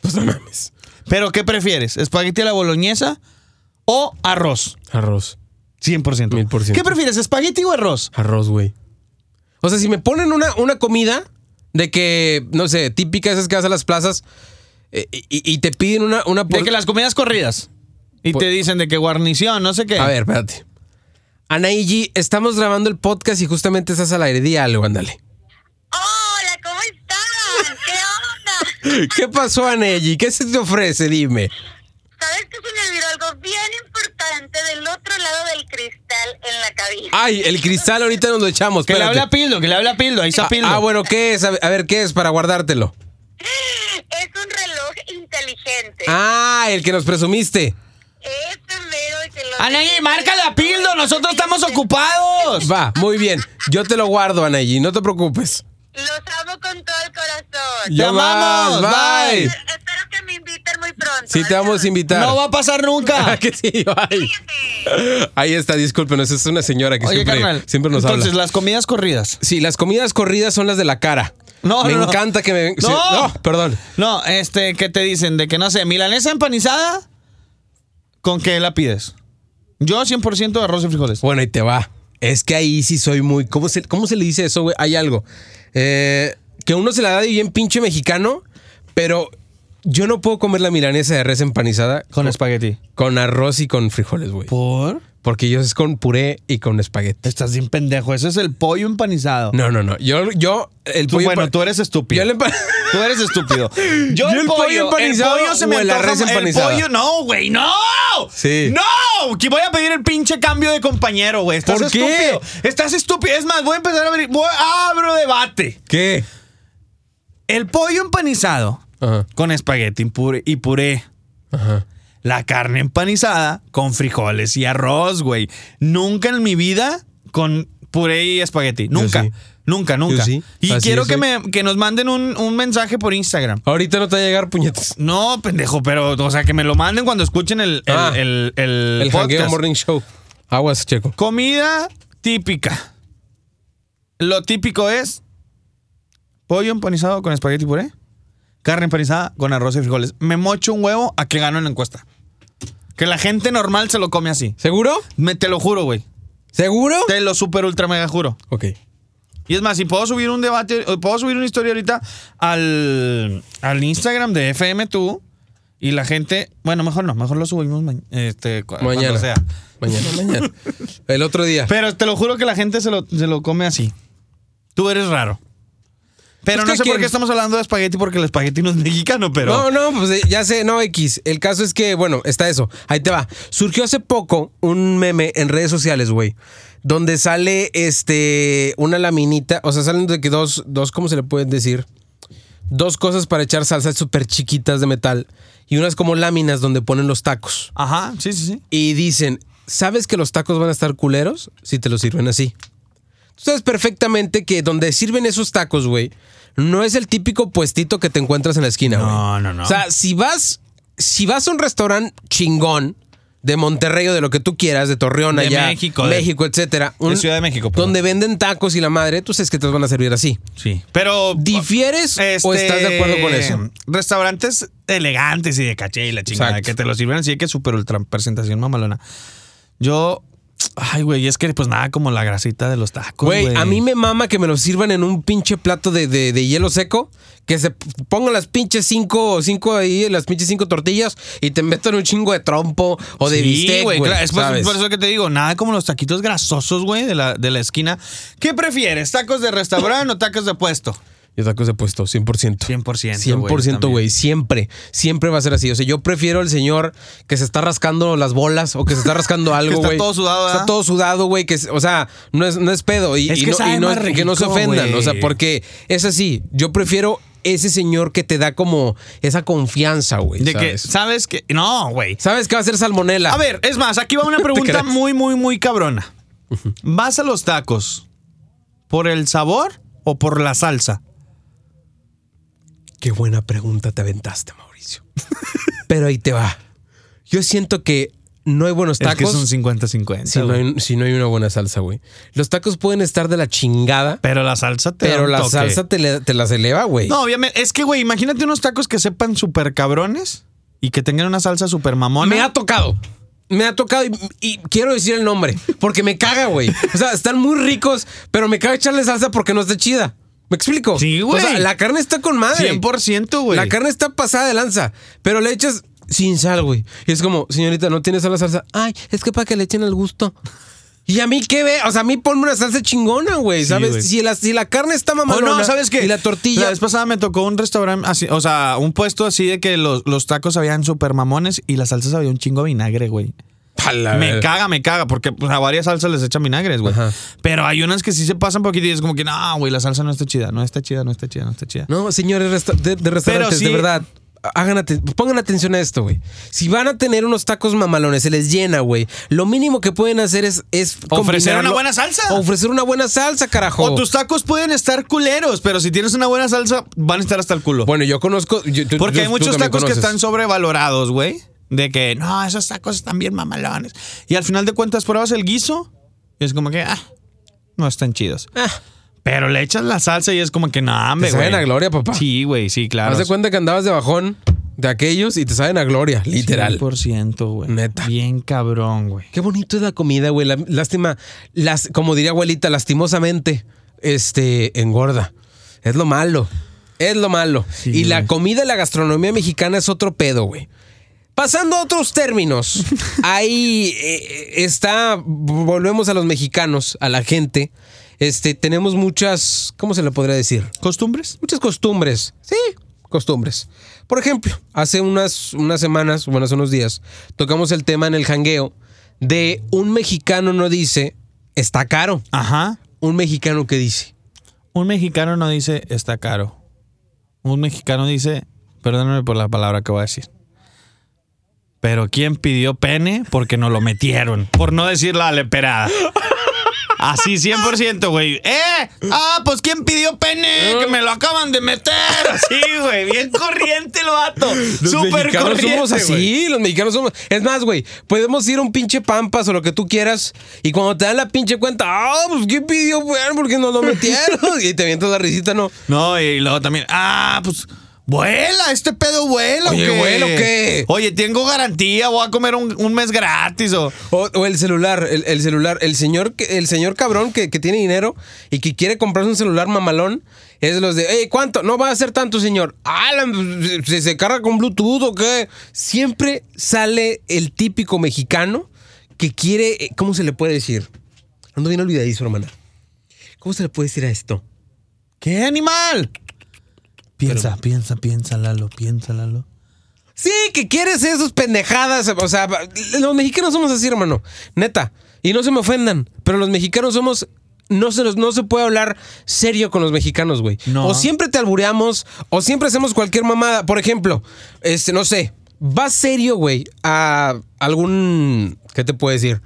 [SPEAKER 1] Pues no mames.
[SPEAKER 2] ¿Pero qué prefieres? ¿Espagueti a la boloñesa o arroz?
[SPEAKER 1] Arroz.
[SPEAKER 2] 100%.
[SPEAKER 1] 1000%.
[SPEAKER 2] ¿Qué prefieres, espagueti o arroz?
[SPEAKER 1] Arroz, güey. O sea, si me ponen una, una comida de que, no sé, típica esas que vas a las plazas eh, y, y te piden una, una por-
[SPEAKER 2] De que las comidas corridas. Y
[SPEAKER 1] Por-
[SPEAKER 2] te dicen de que guarnición, no sé qué.
[SPEAKER 1] A ver, espérate. Anaí G, estamos grabando el podcast y justamente estás al aire. Di algo, ándale.
[SPEAKER 4] Hola, ¿cómo están? ¿Qué onda?
[SPEAKER 1] ¿Qué pasó, Anaí G? ¿Qué se te ofrece? Dime.
[SPEAKER 4] Sabes que se me olvidó algo bien importante del otro lado del cristal en la cabina.
[SPEAKER 1] Ay, el cristal ahorita nos lo echamos.
[SPEAKER 2] que le
[SPEAKER 1] espérate.
[SPEAKER 2] habla a Pildo, que le habla a Pildo, ahí está
[SPEAKER 1] Ah,
[SPEAKER 2] Pildo.
[SPEAKER 1] ah, bueno, ¿qué es? A ver- a ver, ¿qué es para guardártelo?
[SPEAKER 4] Es un reloj inteligente.
[SPEAKER 1] Ah, el que nos presumiste.
[SPEAKER 4] Ese mero y te lo
[SPEAKER 2] Anaí, márcale a Pildo, nosotros estamos ocupados.
[SPEAKER 1] Va, muy bien. Yo te lo guardo, Anaí G, no te preocupes.
[SPEAKER 4] Los amo con todo el corazón.
[SPEAKER 2] Te
[SPEAKER 1] Ya más,
[SPEAKER 2] amamos, bye.
[SPEAKER 1] bye.
[SPEAKER 4] Espero que me inviten muy pronto.
[SPEAKER 1] Sí, te vamos a invitar.
[SPEAKER 2] No va a pasar
[SPEAKER 1] Ah,
[SPEAKER 2] nunca.
[SPEAKER 1] que sí, ay. Ahí está, discúlpenos, es una señora que
[SPEAKER 2] Oye,
[SPEAKER 1] siempre,
[SPEAKER 2] carnal.
[SPEAKER 1] siempre nos
[SPEAKER 2] Entonces,
[SPEAKER 1] habla.
[SPEAKER 2] las comidas corridas.
[SPEAKER 1] Sí, las comidas corridas son las de la cara.
[SPEAKER 2] No,
[SPEAKER 1] me
[SPEAKER 2] no, no.
[SPEAKER 1] encanta que me...
[SPEAKER 2] No.
[SPEAKER 1] sí, no, perdón.
[SPEAKER 2] No, este, ¿qué te dicen? De que no sé, milanesa empanizada, ¿con qué la pides? Yo 100% de arroz y frijoles.
[SPEAKER 1] Bueno, y te va. Es que ahí sí soy muy... ¿Cómo se, cómo se le dice eso, güey? Hay algo. Eh, que uno se la da de bien pinche mexicano, pero yo no puedo comer la milanesa de res empanizada
[SPEAKER 2] Con espagueti.
[SPEAKER 1] con arroz y con frijoles, güey.
[SPEAKER 2] ¿Por?
[SPEAKER 1] Porque yo es con puré y con espagueti.
[SPEAKER 2] Estás bien pendejo. Ese es el pollo empanizado.
[SPEAKER 1] No, no, no. Yo, yo, el
[SPEAKER 2] Tú-
[SPEAKER 1] pollo
[SPEAKER 2] bueno,
[SPEAKER 1] empa-
[SPEAKER 2] tú eres
[SPEAKER 1] Yo
[SPEAKER 2] estúpido.
[SPEAKER 1] le empa-
[SPEAKER 2] Tú eres estúpido.
[SPEAKER 1] Yo
[SPEAKER 2] Yo, el,
[SPEAKER 1] el pollo
[SPEAKER 2] pollo,
[SPEAKER 1] empanizado
[SPEAKER 2] el pollo se me
[SPEAKER 1] o el
[SPEAKER 2] antoja
[SPEAKER 1] arroz
[SPEAKER 2] ma-
[SPEAKER 1] empanizado.
[SPEAKER 2] El pollo no, güey, no.
[SPEAKER 1] Sí.
[SPEAKER 2] No, que voy a pedir el pinche cambio de compañero, güey. Estás
[SPEAKER 1] ¿Por qué?
[SPEAKER 2] estúpido. Estás estúpido. Es más, voy a empezar a abrir voy- abro debate.
[SPEAKER 1] ¿Qué?
[SPEAKER 2] El pollo empanizado
[SPEAKER 1] Ajá.
[SPEAKER 2] con espagueti y puré, y puré.
[SPEAKER 1] Ajá.
[SPEAKER 2] La carne empanizada con frijoles y arroz, güey. Nunca en mi vida con puré y espagueti. Nunca.
[SPEAKER 1] sí.
[SPEAKER 2] Nunca, nunca.
[SPEAKER 1] sí.
[SPEAKER 2] Y
[SPEAKER 1] Así
[SPEAKER 2] quiero
[SPEAKER 1] es,
[SPEAKER 2] que,
[SPEAKER 1] soy.
[SPEAKER 2] me, que nos manden un, un mensaje por Instagram.
[SPEAKER 1] Ahorita no te va a llegar puñetas.
[SPEAKER 2] No, pendejo, pero, o sea, que me lo manden cuando escuchen el, el,
[SPEAKER 1] Ah,
[SPEAKER 2] el, el
[SPEAKER 1] El
[SPEAKER 2] podcast.
[SPEAKER 1] Jangueo Morning Show. Aguas, Checo.
[SPEAKER 2] Comida típica. Lo típico es pollo empanizado con espagueti puré, carne empanizada con arroz y frijoles. Me mocho un huevo a que gano en la encuesta. Que la gente normal se lo come así.
[SPEAKER 1] ¿Seguro?
[SPEAKER 2] Me, te lo juro, güey.
[SPEAKER 1] ¿Seguro?
[SPEAKER 2] Te lo super ultra mega juro.
[SPEAKER 1] Ok.
[SPEAKER 2] Y es más, si puedo subir un debate, o puedo subir una historia ahorita al, al Instagram de FM tú y la gente, bueno, mejor no, mejor lo subimos ma- este, cu- cuando
[SPEAKER 1] Mañana.
[SPEAKER 2] sea.
[SPEAKER 1] Mañana, mañana. El otro día.
[SPEAKER 2] Pero te lo juro que la gente se lo, se lo come así. Tú eres raro. Pero
[SPEAKER 1] Es
[SPEAKER 2] no
[SPEAKER 1] que
[SPEAKER 2] sé por
[SPEAKER 1] quién-
[SPEAKER 2] qué estamos hablando de espagueti, porque el espagueti no es mexicano, pero.
[SPEAKER 1] No, no, pues eh, ya sé, no, X. El caso es que, bueno, está eso. Ahí te va. Surgió hace poco un meme en redes sociales, güey. Donde sale este. una laminita. O sea, salen de que dos. Dos, ¿cómo se le pueden decir? Dos cosas para echar salsas súper chiquitas de metal. Y unas como láminas donde ponen los tacos.
[SPEAKER 2] Ajá, sí, sí, sí.
[SPEAKER 1] y dicen, ¿sabes que los tacos van a estar culeros si te los sirven así? Tú sabes perfectamente que donde sirven esos tacos, güey, no es el típico puestito que te encuentras en la esquina, güey.
[SPEAKER 2] No, no, no.
[SPEAKER 1] O sea, si vas, si vas a un restaurante chingón, de Monterrey o de lo que tú quieras, de Torreón,
[SPEAKER 2] De
[SPEAKER 1] allá,
[SPEAKER 2] México, de-
[SPEAKER 1] México, etcétera,
[SPEAKER 2] de Ciudad de México, perdón.
[SPEAKER 1] donde venden tacos y la madre, tú sabes que te los van a servir así.
[SPEAKER 2] Sí. Pero.
[SPEAKER 1] ¿Difieres o
[SPEAKER 2] este,
[SPEAKER 1] estás de acuerdo con eso?
[SPEAKER 2] Restaurantes elegantes y de caché y la chingada,
[SPEAKER 1] Exacto.
[SPEAKER 2] que te lo sirven así que super ultra presentación mamalona. Yo. Ay, güey, es que pues nada como la grasita de los tacos.
[SPEAKER 1] Güey, a mí me mama que me lo sirvan en un pinche plato de, de- de hielo seco, que se p- pongan las pinches cinco, cinco ahí, las pinches cinco tortillas y te metan un chingo de trompo o de
[SPEAKER 2] Sí,
[SPEAKER 1] bistec, güey.
[SPEAKER 2] claro, es por,
[SPEAKER 1] ¿sabes?
[SPEAKER 2] por eso que te digo, nada como los taquitos grasosos, güey, de la, de la esquina. ¿Qué prefieres, tacos de restaurante o tacos de puesto?
[SPEAKER 1] Yo tacos de puesto, 100%.
[SPEAKER 2] 100%, güey,
[SPEAKER 1] 100%,
[SPEAKER 2] también.
[SPEAKER 1] güey. Siempre. Siempre va a ser así. O sea, yo prefiero el señor que se está rascando las bolas o que se está rascando algo,
[SPEAKER 2] está
[SPEAKER 1] güey.
[SPEAKER 2] todo sudado, ¿verdad?
[SPEAKER 1] Está todo sudado, güey. Que, es- o sea, no es, no es pedo. Y,
[SPEAKER 2] Es
[SPEAKER 1] y
[SPEAKER 2] que
[SPEAKER 1] no,
[SPEAKER 2] sabe
[SPEAKER 1] y no-
[SPEAKER 2] más
[SPEAKER 1] y que no se
[SPEAKER 2] rico,
[SPEAKER 1] ofendan. O sea,
[SPEAKER 2] güey.
[SPEAKER 1] porque es así. Yo prefiero ese señor que te da como esa confianza, güey.
[SPEAKER 2] De que,
[SPEAKER 1] ¿sabes?
[SPEAKER 2] ¿sabes qué? No, güey.
[SPEAKER 1] ¿Sabes que va a ser salmonela?
[SPEAKER 2] A ver, es más, aquí va una pregunta
[SPEAKER 1] creas.
[SPEAKER 2] muy, muy, muy cabrona. ¿Vas a los tacos por el sabor o por la salsa?
[SPEAKER 1] Qué buena pregunta te aventaste, Mauricio. Pero ahí te va. Yo siento que no hay buenos tacos.
[SPEAKER 2] Es que es un 50-50.
[SPEAKER 1] Si no,
[SPEAKER 2] güey.
[SPEAKER 1] hay, si no hay una buena salsa, güey. Los tacos pueden estar de la chingada,
[SPEAKER 2] Pero la salsa te da
[SPEAKER 1] pero
[SPEAKER 2] un
[SPEAKER 1] la
[SPEAKER 2] toque.
[SPEAKER 1] salsa te, le- te las eleva, güey.
[SPEAKER 2] No, obviamente. Es que, güey, imagínate unos tacos que sepan súper cabrones y que tengan una salsa súper mamona.
[SPEAKER 1] me ha tocado. Me ha tocado y, y quiero decir el nombre, porque me caga, güey. O sea, están muy ricos, pero me caga echarle salsa porque no está chida. ¿Me explico?
[SPEAKER 2] Sí, güey.
[SPEAKER 1] O sea, la carne está con madre.
[SPEAKER 2] 100%, güey.
[SPEAKER 1] La carne está pasada de lanza, pero le echas sin sal, güey. Y es como, señorita, ¿no tienes a la salsa? Ay, es que para que le echen el gusto. Y a mí qué ve, o sea, a mí ponme una salsa chingona, güey,
[SPEAKER 2] Sí,
[SPEAKER 1] ¿sabes?
[SPEAKER 2] güey.
[SPEAKER 1] Si, la, si la carne está
[SPEAKER 2] Oh,
[SPEAKER 1] mamalona
[SPEAKER 2] no, ¿sabes qué?
[SPEAKER 1] y la tortilla
[SPEAKER 2] La vez pasada me tocó un restaurante así, o sea, un puesto así de que los, los tacos sabían súper mamones y la salsa sabía un chingo a vinagre, güey.
[SPEAKER 1] Pa' la
[SPEAKER 2] Me
[SPEAKER 1] ver-
[SPEAKER 2] caga, me caga, porque pues, a varias salsas les echan vinagres, güey.
[SPEAKER 1] Ajá.
[SPEAKER 2] Pero hay unas que sí se pasan poquito y es como que, no, güey, la salsa no está chida, no está chida, no está chida, no está chida.
[SPEAKER 1] No, señores resta- de, de restaurantes,
[SPEAKER 2] sí-
[SPEAKER 1] de verdad. Hagan aten- pongan atención a esto, güey. Si van a tener unos tacos mamalones, se les llena, güey. Lo mínimo que pueden hacer es, es
[SPEAKER 2] Ofrecer una
[SPEAKER 1] combinarlo-
[SPEAKER 2] buena salsa.
[SPEAKER 1] Ofrecer una buena salsa, carajo.
[SPEAKER 2] O tus tacos pueden estar culeros, pero si tienes una buena salsa, van a estar hasta el culo.
[SPEAKER 1] Bueno, yo conozco. yo- tú-
[SPEAKER 2] Porque
[SPEAKER 1] tú-
[SPEAKER 2] hay
[SPEAKER 1] tú
[SPEAKER 2] muchos
[SPEAKER 1] también
[SPEAKER 2] tacos que
[SPEAKER 1] conoces.
[SPEAKER 2] están sobrevalorados, güey. De que, no, esos tacos están bien mamalones. Y al final de cuentas pruebas el guiso y es como que, ah, no están chidos.
[SPEAKER 1] Ah.
[SPEAKER 2] Pero le echas la salsa y es como que, no, hombre,
[SPEAKER 1] Te
[SPEAKER 2] güey.
[SPEAKER 1] saben a gloria, papá.
[SPEAKER 2] Sí, güey, sí, claro.
[SPEAKER 1] Haz de cuenta que andabas de bajón de aquellos y te saben a gloria, literal.
[SPEAKER 2] 100%, güey.
[SPEAKER 1] Neta.
[SPEAKER 2] Bien cabrón, güey.
[SPEAKER 1] Qué bonito es la comida, güey. La- Lástima, las, como diría abuelita, lastimosamente, este, engorda. Es lo malo. Es lo malo.
[SPEAKER 2] Sí,
[SPEAKER 1] y la
[SPEAKER 2] güey.
[SPEAKER 1] comida, la gastronomía mexicana es otro pedo, güey. Pasando a otros términos, ahí eh, está, volvemos a los mexicanos, a la gente. Este, tenemos muchas, ¿cómo se le podría decir?
[SPEAKER 2] ¿Costumbres?
[SPEAKER 1] muchas costumbres. Sí, costumbres. Por ejemplo, hace unas, unas semanas, bueno, hace unos días, tocamos el tema en el jangueo de un mexicano no dice está caro.
[SPEAKER 2] Ajá.
[SPEAKER 1] Un mexicano que dice.
[SPEAKER 2] Un mexicano no dice está caro. Un mexicano dice, perdóname por la palabra que voy a decir. Pero ¿quién pidió pene? Porque no lo metieron. Por no decir la leperada. Así 100%, güey. ¡Eh! ¡Ah! Pues ¿quién pidió pene? Que me lo acaban de meter. Así, güey. Bien corriente el vato.
[SPEAKER 1] Los
[SPEAKER 2] Súper
[SPEAKER 1] mexicanos
[SPEAKER 2] corriente.
[SPEAKER 1] somos así,
[SPEAKER 2] güey.
[SPEAKER 1] los mexicanos somos. Es más, güey, podemos ir a un pinche Pampas o lo que tú quieras y cuando te dan la pinche cuenta, ah, pues ¿qué pidió, güey? Porque no lo metieron. y te avientas la risita, no.
[SPEAKER 2] No, y luego también, ah, pues vuela, este pedo vuela. ¿o
[SPEAKER 1] Oye,
[SPEAKER 2] qué?
[SPEAKER 1] ¿vuela o qué?
[SPEAKER 2] Oye, tengo garantía, voy a comer un, un mes gratis o...
[SPEAKER 1] O, o el celular, el, el celular, el señor, que- el señor cabrón que, que tiene dinero y que quiere comprarse un celular mamalón, es de los de, hey, ¿cuánto? No va a ser tanto, señor. Ah, la- ¿se, se carga con Bluetooth o qué? Siempre sale el típico mexicano que quiere, eh, ¿cómo se le puede decir? Ando bien olvidadizo, hermana. ¿Cómo se le puede decir a esto?
[SPEAKER 2] ¿Qué animal? Piensa, piensa, piensa, Lalo, piensa, Lalo.
[SPEAKER 1] Sí, que quieres esas pendejadas. O sea, los mexicanos somos así, hermano. Neta. Y no se me ofendan, pero los mexicanos somos. No se, nos- no se puede hablar serio con los mexicanos, güey.
[SPEAKER 2] No.
[SPEAKER 1] O siempre te albureamos, o siempre hacemos cualquier mamada. Por ejemplo, este, no sé, vas serio, güey, a algún. ¿Qué te puedo decir?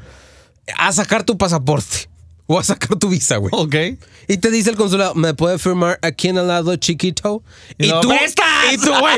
[SPEAKER 1] A sacar tu pasaporte. O a sacar tu visa, güey.
[SPEAKER 5] Ok.
[SPEAKER 1] Y te dice el consulado, ¿me puede firmar aquí en el lado chiquito?
[SPEAKER 5] Y lo prestas.
[SPEAKER 1] Y tú, güey.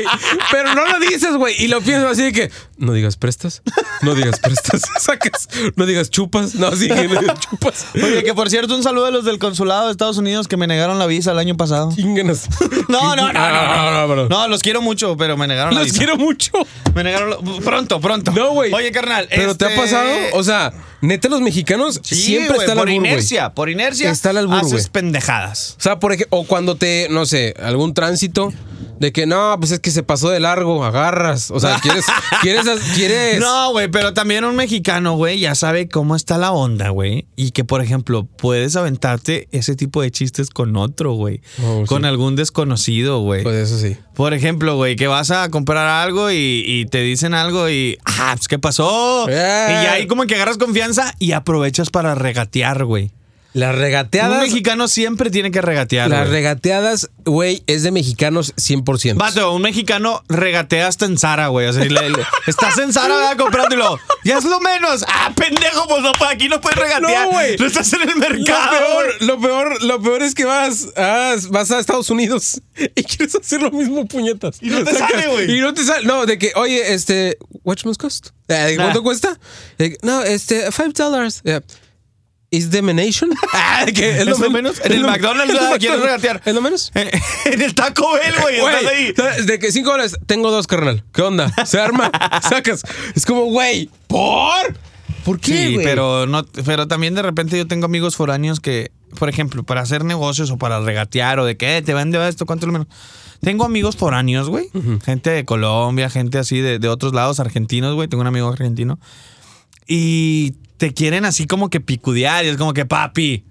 [SPEAKER 1] Pero no lo dices, güey. Y lo piensas así de que, no digas prestas, no digas prestas, sacas, no digas chupas, no, sí, que no digas chupas.
[SPEAKER 5] Oye, que por cierto, un saludo a los del consulado de Estados Unidos que me negaron la visa el año pasado.
[SPEAKER 1] Chinganas.
[SPEAKER 5] No, no, no,
[SPEAKER 1] Ah,
[SPEAKER 5] no, no,
[SPEAKER 1] no, no.
[SPEAKER 5] los quiero mucho, pero me negaron la
[SPEAKER 1] Los
[SPEAKER 5] visa.
[SPEAKER 1] quiero mucho.
[SPEAKER 5] Me negaron la- pronto, pronto.
[SPEAKER 1] No, güey.
[SPEAKER 5] Oye, carnal,
[SPEAKER 1] ¿Pero te ha
[SPEAKER 5] este-
[SPEAKER 1] pasado? O sea, neta, los mexicanos
[SPEAKER 5] Sí,
[SPEAKER 1] siempre
[SPEAKER 5] güey,
[SPEAKER 1] está la
[SPEAKER 5] por inercia, por inercia.
[SPEAKER 1] Está el albur,
[SPEAKER 5] Haces
[SPEAKER 1] güey.
[SPEAKER 5] pendejadas.
[SPEAKER 1] O sea, por ejemplo, o cuando te, no sé, algún tránsito de que no, pues es que se pasó de largo, agarras. O sea, quieres, quieres, quieres.
[SPEAKER 5] No, güey, pero también un mexicano, güey, ya sabe cómo está la onda, güey. Y que, por ejemplo, puedes aventarte ese tipo de chistes con otro, güey.
[SPEAKER 1] Oh,
[SPEAKER 5] con
[SPEAKER 1] sí.
[SPEAKER 5] algún desconocido, güey.
[SPEAKER 1] Pues eso sí.
[SPEAKER 5] Por ejemplo, güey, que vas a comprar algo y, y te dicen algo y, ah, pues, ¿qué pasó?
[SPEAKER 1] Eh.
[SPEAKER 5] Y ya ahí como que agarras confianza y aprovechas para regatear, güey.
[SPEAKER 1] Las
[SPEAKER 5] Un
[SPEAKER 1] regateadas.
[SPEAKER 5] mexicano siempre tiene que regatear.
[SPEAKER 1] Las
[SPEAKER 5] güey.
[SPEAKER 1] regateadas, güey, es de mexicanos 100%.
[SPEAKER 5] Vato, un mexicano regatea hasta en Zara, güey. O sea, le- le- estás en Zara, ¿verdad? Comprándolo. Ya es lo menos. Ah, pendejo, pues no, pues, aquí no puedes regatear.
[SPEAKER 1] No, güey.
[SPEAKER 5] No estás en el
[SPEAKER 1] Lo
[SPEAKER 5] mercado.
[SPEAKER 1] peor, lo peor, lo peor es que vas a, vas a Estados Unidos y quieres hacer lo mismo, puñetas.
[SPEAKER 5] Y no te
[SPEAKER 1] Sacas-
[SPEAKER 5] sale, güey.
[SPEAKER 1] Y no te sale. No, de que, oye, este, what must cost? Eh, ¿Cuánto
[SPEAKER 5] Ah.
[SPEAKER 1] cuesta? Eh, no, este, five dollars. Eh, ¿Is the menation? Ah, de que
[SPEAKER 5] ¿Es lo
[SPEAKER 1] men-
[SPEAKER 5] menos? En el McDonald's,
[SPEAKER 1] es lo
[SPEAKER 5] ¿verdad? ¿Quieres
[SPEAKER 1] McDonald's.
[SPEAKER 5] regatear?
[SPEAKER 1] ¿Es lo menos?
[SPEAKER 5] en el Taco Bell, güey.
[SPEAKER 1] Güey,
[SPEAKER 5] Estás ahí.
[SPEAKER 1] de que cinco dólares, tengo dos, carnal. ¿Qué onda? Se arma, sacas. Es como, güey, ¿por? ¿Por qué,
[SPEAKER 5] Sí,
[SPEAKER 1] güey?
[SPEAKER 5] pero no, pero también de repente yo tengo amigos foráneos que, por ejemplo, para hacer negocios o para regatear o de qué te vende esto, cuánto es lo menos. Tengo amigos foráneos, güey. Gente de Colombia, gente así de, de otros lados, argentinos, güey. Tengo un amigo argentino. Y te quieren así como que picudear. Y es como que, papi.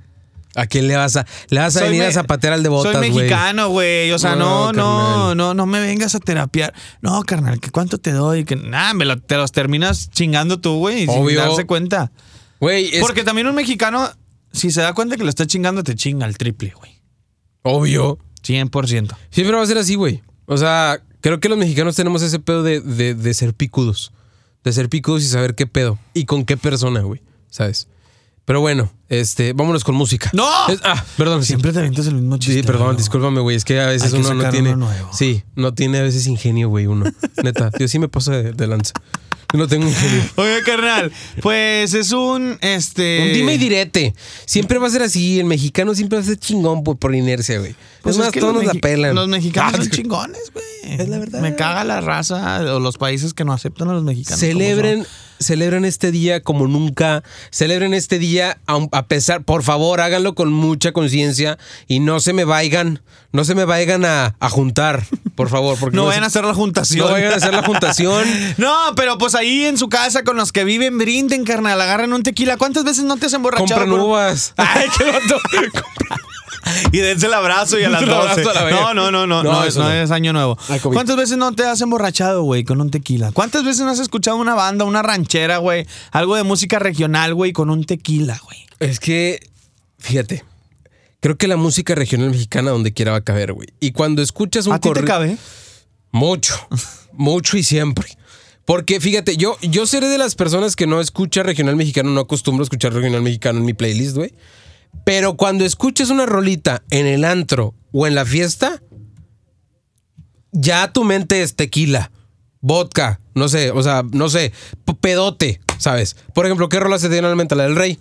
[SPEAKER 1] ¿A quién le vas a, le vas a
[SPEAKER 5] soy
[SPEAKER 1] venir
[SPEAKER 5] me-
[SPEAKER 1] a zapatear al de botas,
[SPEAKER 5] Soy
[SPEAKER 1] güey?
[SPEAKER 5] mexicano, güey. O sea,
[SPEAKER 1] No,
[SPEAKER 5] no, no, no,
[SPEAKER 1] carnal.
[SPEAKER 5] no, me vengas a terapiar. No, carnal, ¿que ¿cuánto te doy? Que nada, me lo- te los terminas chingando tú, güey, y sin
[SPEAKER 1] Obvio.
[SPEAKER 5] darse cuenta.
[SPEAKER 1] Güey, es
[SPEAKER 5] Porque también un mexicano, si se da cuenta que lo está chingando, te chinga el triple, güey.
[SPEAKER 1] obvio.
[SPEAKER 5] 100%.
[SPEAKER 1] Siempre va a ser así, güey. O sea, creo que los mexicanos tenemos ese pedo de, de- de ser picudos. De ser picudos y saber qué pedo. Y con qué persona, güey. ¿Sabes? Pero bueno, este, vámonos con música.
[SPEAKER 5] ¡No!
[SPEAKER 1] Es- ah, perdón. sí.
[SPEAKER 5] Siempre te avientas el mismo chiste.
[SPEAKER 1] Sí, perdón,
[SPEAKER 5] güey.
[SPEAKER 1] discúlpame, güey. Es que a veces
[SPEAKER 5] Hay que
[SPEAKER 1] uno no
[SPEAKER 5] sacar
[SPEAKER 1] tiene.
[SPEAKER 5] uno nuevo.
[SPEAKER 1] Sí, no tiene a veces ingenio, güey, uno. Neta, yo sí me paso de, de lanza. Yo no tengo ingenio.
[SPEAKER 5] Oye, carnal, pues es un, este...
[SPEAKER 1] Un dime y direte. Siempre va a ser así. El mexicano siempre va a ser chingón por, por inercia, güey.
[SPEAKER 5] Pues
[SPEAKER 1] es más,
[SPEAKER 5] que
[SPEAKER 1] todos
[SPEAKER 5] los
[SPEAKER 1] nos la
[SPEAKER 5] mexi-
[SPEAKER 1] pelan.
[SPEAKER 5] Los mexicanos
[SPEAKER 1] Ah,
[SPEAKER 5] son chingones, güey.
[SPEAKER 1] Es la verdad.
[SPEAKER 5] Me caga la raza o los países que no aceptan a los mexicanos. como
[SPEAKER 1] Celebren, celebren este día como nunca. Celebren este día aun- a, pesar. Por favor, háganlo con mucha conciencia y no se me vayan. No se me vayan a, a juntar, por favor.
[SPEAKER 5] son.
[SPEAKER 1] Porque
[SPEAKER 5] No vayan a hacer la juntación.
[SPEAKER 1] No vayan a hacer la juntación.
[SPEAKER 5] No, pero pues ahí en su casa con los que viven, brinden, carnal, agarren un tequila. ¿Cuántas veces no te has emborrachado?
[SPEAKER 1] Compran
[SPEAKER 5] con-
[SPEAKER 1] uvas.
[SPEAKER 5] Ay, qué loto. y dense el abrazo y a las
[SPEAKER 1] El abrazo
[SPEAKER 5] 12.
[SPEAKER 1] a la verga.
[SPEAKER 5] no, no, no, no, no,
[SPEAKER 1] No,
[SPEAKER 5] es,
[SPEAKER 1] eso
[SPEAKER 5] no
[SPEAKER 1] no.
[SPEAKER 5] es año nuevo.
[SPEAKER 1] Ay, COVID.
[SPEAKER 5] ¿Cuántas veces no te has emborrachado, güey, con un tequila? ¿Cuántas veces no has escuchado una banda, una ranchera, güey, algo de música regional, güey, con un tequila, güey?
[SPEAKER 1] Es que, fíjate, creo que la música regional mexicana donde quiera va a caber, güey. Y cuando escuchas un
[SPEAKER 5] ¿A ti te
[SPEAKER 1] corri-
[SPEAKER 5] cabe?
[SPEAKER 1] Mucho, mucho y siempre. Porque fíjate, yo, yo seré de las personas que no escucha regional mexicano, no acostumbro a escuchar regional mexicano en mi playlist, güey. Pero cuando escuchas una rolita en el antro o en la fiesta, ya tu mente es tequila, vodka, no sé, o sea, no sé, p- pedote, ¿sabes? Por ejemplo, ¿qué rola se te viene a la mente? La del rey.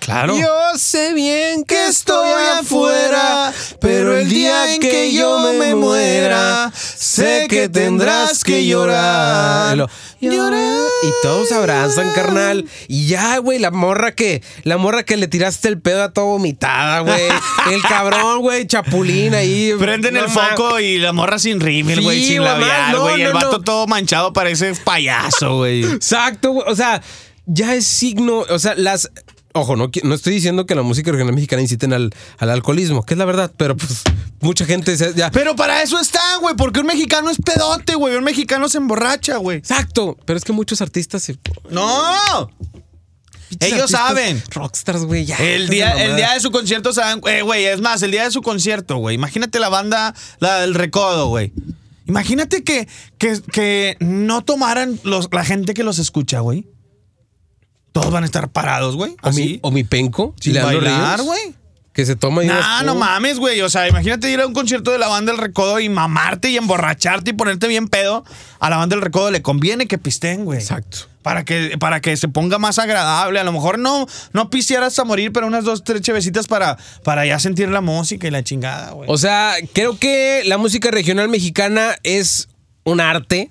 [SPEAKER 5] Claro.
[SPEAKER 1] Yo sé bien
[SPEAKER 5] que estoy afuera, pero el día en que yo me muera, sé que tendrás que llorar.
[SPEAKER 1] Y lo-
[SPEAKER 5] Llorar.
[SPEAKER 1] Y todos abrazan, carnal. Y ya, güey, la morra que la morra que le tiraste el pedo a toda vomitada, güey. El cabrón, güey, chapulín ahí.
[SPEAKER 5] Prenden
[SPEAKER 1] No
[SPEAKER 5] el
[SPEAKER 1] ma-
[SPEAKER 5] foco y la morra sin rímel,
[SPEAKER 1] Sí,
[SPEAKER 5] güey, sin
[SPEAKER 1] mamá,
[SPEAKER 5] labial,
[SPEAKER 1] no,
[SPEAKER 5] güey. y
[SPEAKER 1] no,
[SPEAKER 5] el vato
[SPEAKER 1] no.
[SPEAKER 5] todo manchado parece payaso, güey.
[SPEAKER 1] Exacto, güey. O sea, ya es signo. O sea, las. Ojo, no, qui- no estoy diciendo que la música regional mexicana inciten al, al alcoholismo, que es la verdad, pero pues mucha gente se- ya.
[SPEAKER 5] Pero para eso están, güey, porque un mexicano es pedote, güey. Un mexicano se emborracha, güey.
[SPEAKER 1] Exacto, pero es que muchos artistas se.
[SPEAKER 5] ¡No!
[SPEAKER 1] pinches
[SPEAKER 5] Ellos
[SPEAKER 1] artistas
[SPEAKER 5] saben.
[SPEAKER 1] Rockstars, güey, ya.
[SPEAKER 5] El
[SPEAKER 1] esa
[SPEAKER 5] día,
[SPEAKER 1] mamada.
[SPEAKER 5] el día de su concierto, saben, eh, güey, es más, el día de su concierto, güey. Imagínate la banda, la del recodo, güey. Imagínate que, que, que no tomaran los, la gente que los escucha, güey.
[SPEAKER 2] todos van a estar parados, güey.
[SPEAKER 5] ¿Ah,
[SPEAKER 1] O mi,
[SPEAKER 2] Así.
[SPEAKER 1] o mi penco.
[SPEAKER 2] Sin
[SPEAKER 1] Leandro
[SPEAKER 2] bailar,
[SPEAKER 1] Ríos,
[SPEAKER 2] güey.
[SPEAKER 1] Que se toma y
[SPEAKER 2] Nah, no mames, güey. O sea, imagínate ir a un concierto de la banda del recodo y mamarte y emborracharte y ponerte bien pedo. A la banda del recodo le conviene que pisteen, güey.
[SPEAKER 1] Exacto.
[SPEAKER 2] Para que, para que se ponga más agradable. A lo mejor no, no pistear hasta morir, pero unas dos, tres chevecitas para, para ya sentir la música y la chingada, güey.
[SPEAKER 1] O sea, creo que la música regional mexicana es un arte,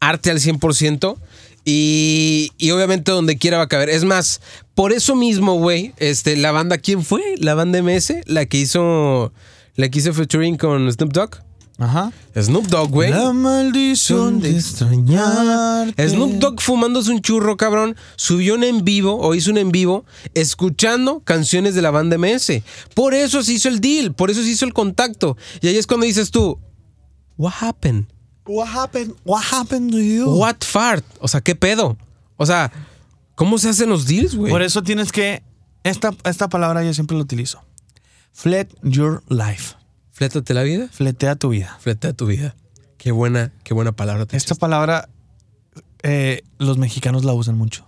[SPEAKER 1] arte al 100%, y, y obviamente donde quiera va a caber. Es más, por eso mismo, güey, este, la banda, ¿quién fue? La banda MS, la que hizo, la que hizo featuring con Snoop Dogg.
[SPEAKER 2] Ajá.
[SPEAKER 1] Snoop Dogg, güey.
[SPEAKER 2] La maldición de extrañarte.
[SPEAKER 1] Snoop Dogg fumándose un churro, cabrón, subió un en vivo o hizo un en vivo escuchando canciones de la banda MS. Por eso se hizo el deal, por eso se hizo el contacto. Y ahí es cuando dices tú, what happened?
[SPEAKER 2] What happened? What happened to you?
[SPEAKER 1] What fart? O sea, ¿qué pedo? O sea, ¿cómo se hacen los deals, güey?
[SPEAKER 2] Por eso tienes que. Esta, esta palabra yo siempre la utilizo. Flet your life.
[SPEAKER 1] Flétate la vida,
[SPEAKER 2] Fletea tu vida.
[SPEAKER 1] flétate tu vida. Qué buena, qué buena palabra. te
[SPEAKER 2] Esta
[SPEAKER 1] echaste.
[SPEAKER 2] palabra eh, los mexicanos la usan mucho.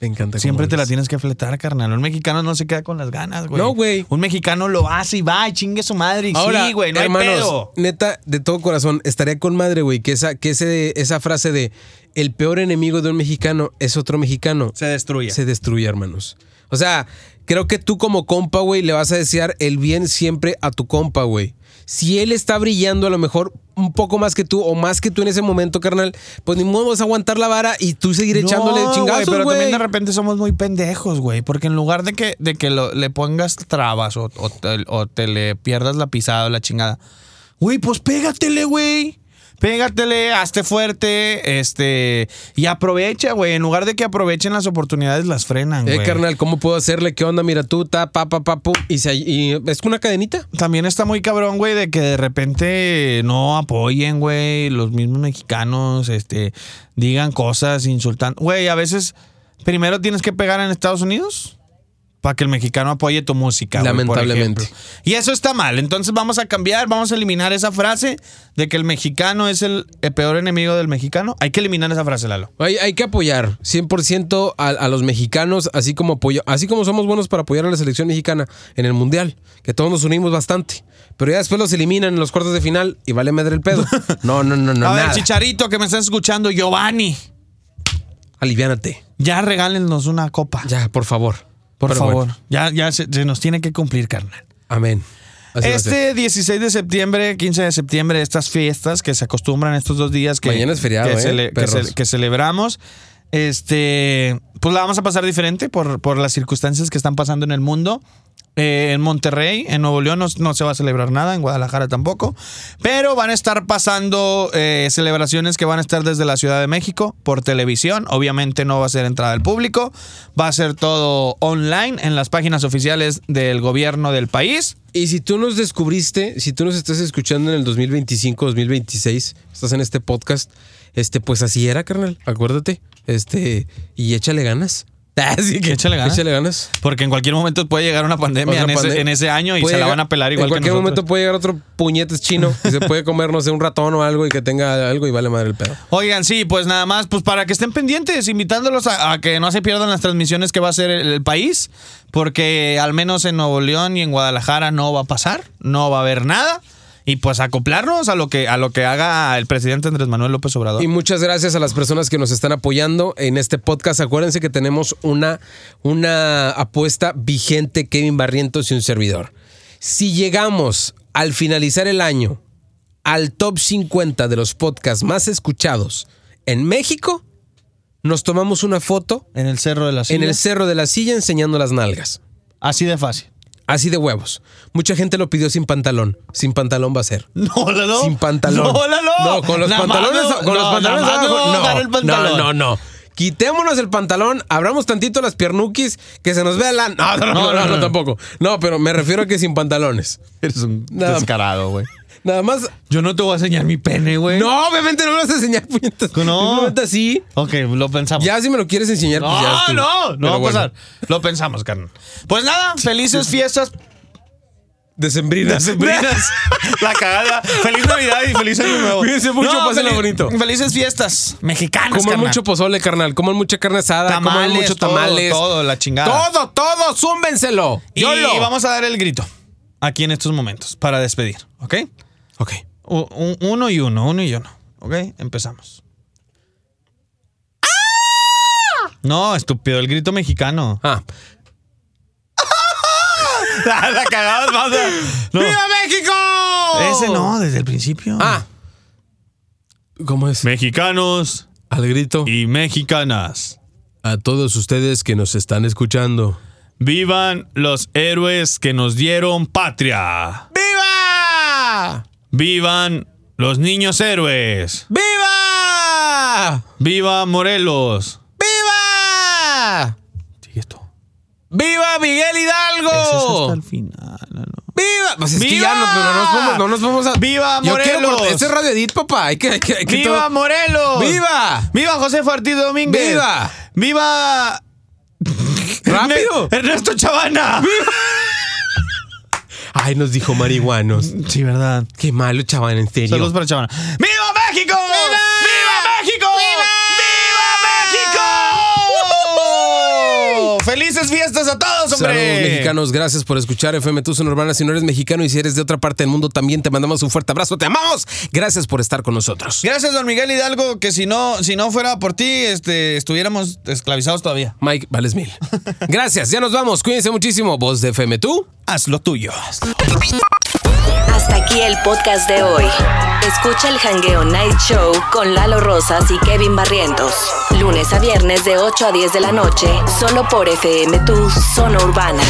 [SPEAKER 1] Me encanta. cómo
[SPEAKER 2] Siempre te la
[SPEAKER 1] hablas.
[SPEAKER 2] tienes que fletar, carnal. Un mexicano no se queda con las ganas, güey.
[SPEAKER 1] No, güey.
[SPEAKER 2] Un mexicano lo hace y va y chingue su madre. Y
[SPEAKER 1] Ahora,
[SPEAKER 2] sí, güey, no
[SPEAKER 1] hermanos,
[SPEAKER 2] hay pedo.
[SPEAKER 1] neta, de todo corazón, estaría con madre, güey, que esa, que ese, esa frase de el peor enemigo de un mexicano es otro mexicano
[SPEAKER 2] Se destruye.
[SPEAKER 1] se destruye, hermanos. O sea, creo que tú como compa, güey, le vas a desear el bien siempre a tu compa, güey. Si él está brillando a lo mejor un poco más que tú o más que tú en ese momento, carnal, pues ni modo vas a aguantar la vara y tú seguir
[SPEAKER 2] No,
[SPEAKER 1] echándole
[SPEAKER 2] güey,
[SPEAKER 1] chingazos,
[SPEAKER 2] Pero
[SPEAKER 1] güey.
[SPEAKER 2] también de repente somos muy pendejos, güey. Porque en lugar de que, de que lo- le pongas trabas o, o te, o te le pierdas la pisada o la chingada. Güey, pues pégatele, güey. Pégatele, hazte fuerte, este, y aprovecha, güey. En lugar de que aprovechen las oportunidades, las frenan,
[SPEAKER 1] Eh,
[SPEAKER 2] güey.
[SPEAKER 1] carnal, ¿cómo puedo hacerle? ¿Qué onda? Mira tú, ta, pa, pa, pa, pum. Y, se- y- es una cadenita.
[SPEAKER 2] También está muy cabrón, güey, de que de repente no apoyen, güey, los mismos mexicanos, este, digan cosas insultando. Güey, a veces primero tienes que pegar en Estados Unidos para que el mexicano apoye tu música. güey, por
[SPEAKER 1] Lamentablemente.
[SPEAKER 2] ejemplo. y eso está mal. Entonces vamos a cambiar, vamos a eliminar esa frase de que el mexicano es el, el peor enemigo del mexicano. Hay que eliminar esa frase, Lalo.
[SPEAKER 1] Hay, hay que apoyar 100% a, a los mexicanos, así como, apoyo, así como somos buenos para apoyar a la selección mexicana en el Mundial, que todos nos unimos bastante. Pero ya después los eliminan en los cuartos de final y vale madre el pedo. No, no, no, no.
[SPEAKER 2] a ver,
[SPEAKER 1] nada.
[SPEAKER 2] Chicharito, que me estás escuchando, Giovanni,
[SPEAKER 1] Aliviánate.
[SPEAKER 2] ya regálenos una copa.
[SPEAKER 1] Ya, por favor.
[SPEAKER 2] por
[SPEAKER 1] Pero
[SPEAKER 2] favor.
[SPEAKER 1] bueno,
[SPEAKER 2] Ya, ya se- se nos tiene que cumplir, carnal.
[SPEAKER 1] amén. Así va a ser.
[SPEAKER 2] Este 16 de septiembre, 15 de septiembre, estas fiestas que se acostumbran estos dos días que,
[SPEAKER 1] Mañana es feriado,
[SPEAKER 2] que,
[SPEAKER 1] ¿eh?
[SPEAKER 2] cele- que
[SPEAKER 1] Perros.
[SPEAKER 2] ce- que celebramos, este, pues la vamos a pasar diferente por, por las circunstancias que están pasando en el mundo. Eh, en Monterrey, en Nuevo León no, no se va a celebrar nada, en Guadalajara tampoco, pero van a estar pasando eh, celebraciones que van a estar desde la Ciudad de México por televisión, obviamente no va a ser entrada al público, va a ser todo online en las páginas oficiales del gobierno del país.
[SPEAKER 1] Y si tú nos descubriste, si tú nos estás escuchando en el 2025, 2026, estás en este podcast, este, pues así era, carnal. Acuérdate. Este, y échale ganas. Así que
[SPEAKER 2] Échale ganas.
[SPEAKER 1] Échale ganas.
[SPEAKER 2] Porque en cualquier momento puede llegar una pandemia,
[SPEAKER 1] Otra
[SPEAKER 2] en, ese,
[SPEAKER 1] pandemia.
[SPEAKER 2] en ese año y
[SPEAKER 1] Puede
[SPEAKER 2] se la
[SPEAKER 1] llegar-
[SPEAKER 2] van a pelar igual
[SPEAKER 1] En
[SPEAKER 2] que
[SPEAKER 1] cualquier momento
[SPEAKER 2] nosotros.
[SPEAKER 1] puede llegar otro puñetes chino y se puede comer, no sé, un ratón o algo y que tenga algo y vale madre el pedo.
[SPEAKER 2] Oigan, sí, pues nada más, pues para que estén pendientes, invitándolos a, a que no se pierdan las transmisiones que va a hacer el, el país, porque al menos en Nuevo León y en Guadalajara no va a pasar, no va a haber nada, y pues acoplarnos a lo que, a lo que haga el presidente Andrés Manuel López Obrador.
[SPEAKER 1] Y muchas gracias a las personas que nos están apoyando en este podcast. Acuérdense que tenemos una, una apuesta vigente, Kevin Barrientos y un servidor. Si llegamos al finalizar el año al top 50 de los podcasts más escuchados en México, nos tomamos una foto
[SPEAKER 2] en el Cerro de la Silla.
[SPEAKER 1] en el Cerro de la Silla enseñando las nalgas.
[SPEAKER 2] Así de fácil.
[SPEAKER 1] Así de huevos. Mucha gente lo pidió sin pantalón. Sin pantalón va a ser.
[SPEAKER 2] No, Lalo.
[SPEAKER 1] Sin pantalón.
[SPEAKER 2] No, Lalo.
[SPEAKER 1] No, con los
[SPEAKER 2] Nada más
[SPEAKER 1] pantalones,
[SPEAKER 2] no-
[SPEAKER 1] con los
[SPEAKER 2] no,
[SPEAKER 1] pantalones
[SPEAKER 2] nada más
[SPEAKER 1] abajo.
[SPEAKER 2] no, agarra
[SPEAKER 1] No,
[SPEAKER 2] el pantalón.
[SPEAKER 1] no, no, no. Quitémonos el pantalón, abramos tantito las piernuquis, que se nos vea la. No, no, no, no, no, tampoco. No, pero me refiero a que sin pantalones.
[SPEAKER 2] Eres un
[SPEAKER 1] Nada.
[SPEAKER 2] descarado, güey.
[SPEAKER 1] Nada más.
[SPEAKER 2] Yo no te voy a enseñar mi pene, güey.
[SPEAKER 1] No, obviamente no me vas a enseñar puñetas.
[SPEAKER 2] No.
[SPEAKER 1] Simplemente así.
[SPEAKER 2] Ok, lo pensamos.
[SPEAKER 1] Ya si me lo quieres enseñar, pues ya
[SPEAKER 2] no,
[SPEAKER 1] estuvo.
[SPEAKER 2] no, no va
[SPEAKER 1] Pero
[SPEAKER 2] a
[SPEAKER 1] bueno.
[SPEAKER 2] pasar. Lo pensamos, carnal. Pues nada, felices fiestas.
[SPEAKER 1] Decembrinas.
[SPEAKER 2] Decembrinas. la cagada. Feliz Navidad y feliz Año Nuevo.
[SPEAKER 1] Cuídense mucho, pásenla
[SPEAKER 2] feliz-
[SPEAKER 1] bonito.
[SPEAKER 2] Felices fiestas mexicanas,
[SPEAKER 1] Coman
[SPEAKER 2] carnal.
[SPEAKER 1] mucho pozole, carnal. Coman mucha carne asada. coman
[SPEAKER 2] Tamales,
[SPEAKER 1] mucho
[SPEAKER 2] todo,
[SPEAKER 1] tamales.
[SPEAKER 2] todo, la chingada.
[SPEAKER 1] Todo, todo. Zúmbenselo.
[SPEAKER 2] Y
[SPEAKER 1] Yolo.
[SPEAKER 2] vamos a dar el grito aquí en estos momentos para despedir, ¿ok?
[SPEAKER 1] Ok.
[SPEAKER 2] U- un- uno y uno, uno y uno, ¿ok? Empezamos. No, estúpido, el grito mexicano.
[SPEAKER 1] Ah.
[SPEAKER 2] la, la cagabas más. No.
[SPEAKER 1] ¡Viva México!
[SPEAKER 2] Ese no, desde el principio.
[SPEAKER 1] Ah. ¿Cómo es?
[SPEAKER 2] Mexicanos
[SPEAKER 1] Al grito.
[SPEAKER 2] y mexicanas,
[SPEAKER 1] A todos ustedes que nos están escuchando.
[SPEAKER 2] vivan los héroes que nos dieron patria.
[SPEAKER 1] ¡Viva!
[SPEAKER 2] Vivan los niños héroes.
[SPEAKER 1] ¡Viva!
[SPEAKER 2] Viva Morelos.
[SPEAKER 1] ¡Viva!
[SPEAKER 2] Sigue esto.
[SPEAKER 1] ¡Viva Miguel
[SPEAKER 2] ¡Oh!
[SPEAKER 1] Hidalgo!
[SPEAKER 2] final. no.
[SPEAKER 1] ¡Viva! Pues es que
[SPEAKER 2] ¡Viva!
[SPEAKER 1] ya no, pero no nos vamos, no nos vamos a.
[SPEAKER 2] ¡Viva
[SPEAKER 1] Yo quiero
[SPEAKER 2] Morelos!
[SPEAKER 1] cortar- Este es Radio Edit, papá. Hay que, hay que, hay que
[SPEAKER 2] ¡Viva
[SPEAKER 1] todo-
[SPEAKER 2] Morelos!
[SPEAKER 1] ¡Viva!
[SPEAKER 2] ¡Viva José Ortiz Domínguez!
[SPEAKER 1] ¡Viva!
[SPEAKER 2] ¡Viva!
[SPEAKER 1] ¡Rápido!
[SPEAKER 2] Erne- ¡Ernesto Chavana!
[SPEAKER 1] Ay, nos dijo marihuanos.
[SPEAKER 2] Sí, verdad.
[SPEAKER 1] Qué malo, chaval, en serio.
[SPEAKER 2] Saludos para Chavana. ¡Viva México! ¡Viva, México! ¡Viva México! ¡Felices fiestas a todos, hombre!
[SPEAKER 1] Saludos mexicanos, gracias por escuchar FM Tucson Urbana. Si no eres mexicano y si eres de otra parte del mundo, también te mandamos un fuerte abrazo. Te amamos. Gracias por estar con nosotros.
[SPEAKER 2] Gracias, don Miguel Hidalgo, que si no, si no fuera por ti, este, estuviéramos esclavizados todavía.
[SPEAKER 1] Mike, vales mil. Gracias, ya nos vamos. Cuídense muchísimo. Voz de FM Tú.
[SPEAKER 2] Haz lo tuyo.
[SPEAKER 3] Hasta aquí el podcast de hoy. Escucha el Hangueo Night Show con Lalo Rosas y Kevin Barrientos. Lunes a viernes de 8 a 10 de la noche, solo por FM Tu Zona Urbana.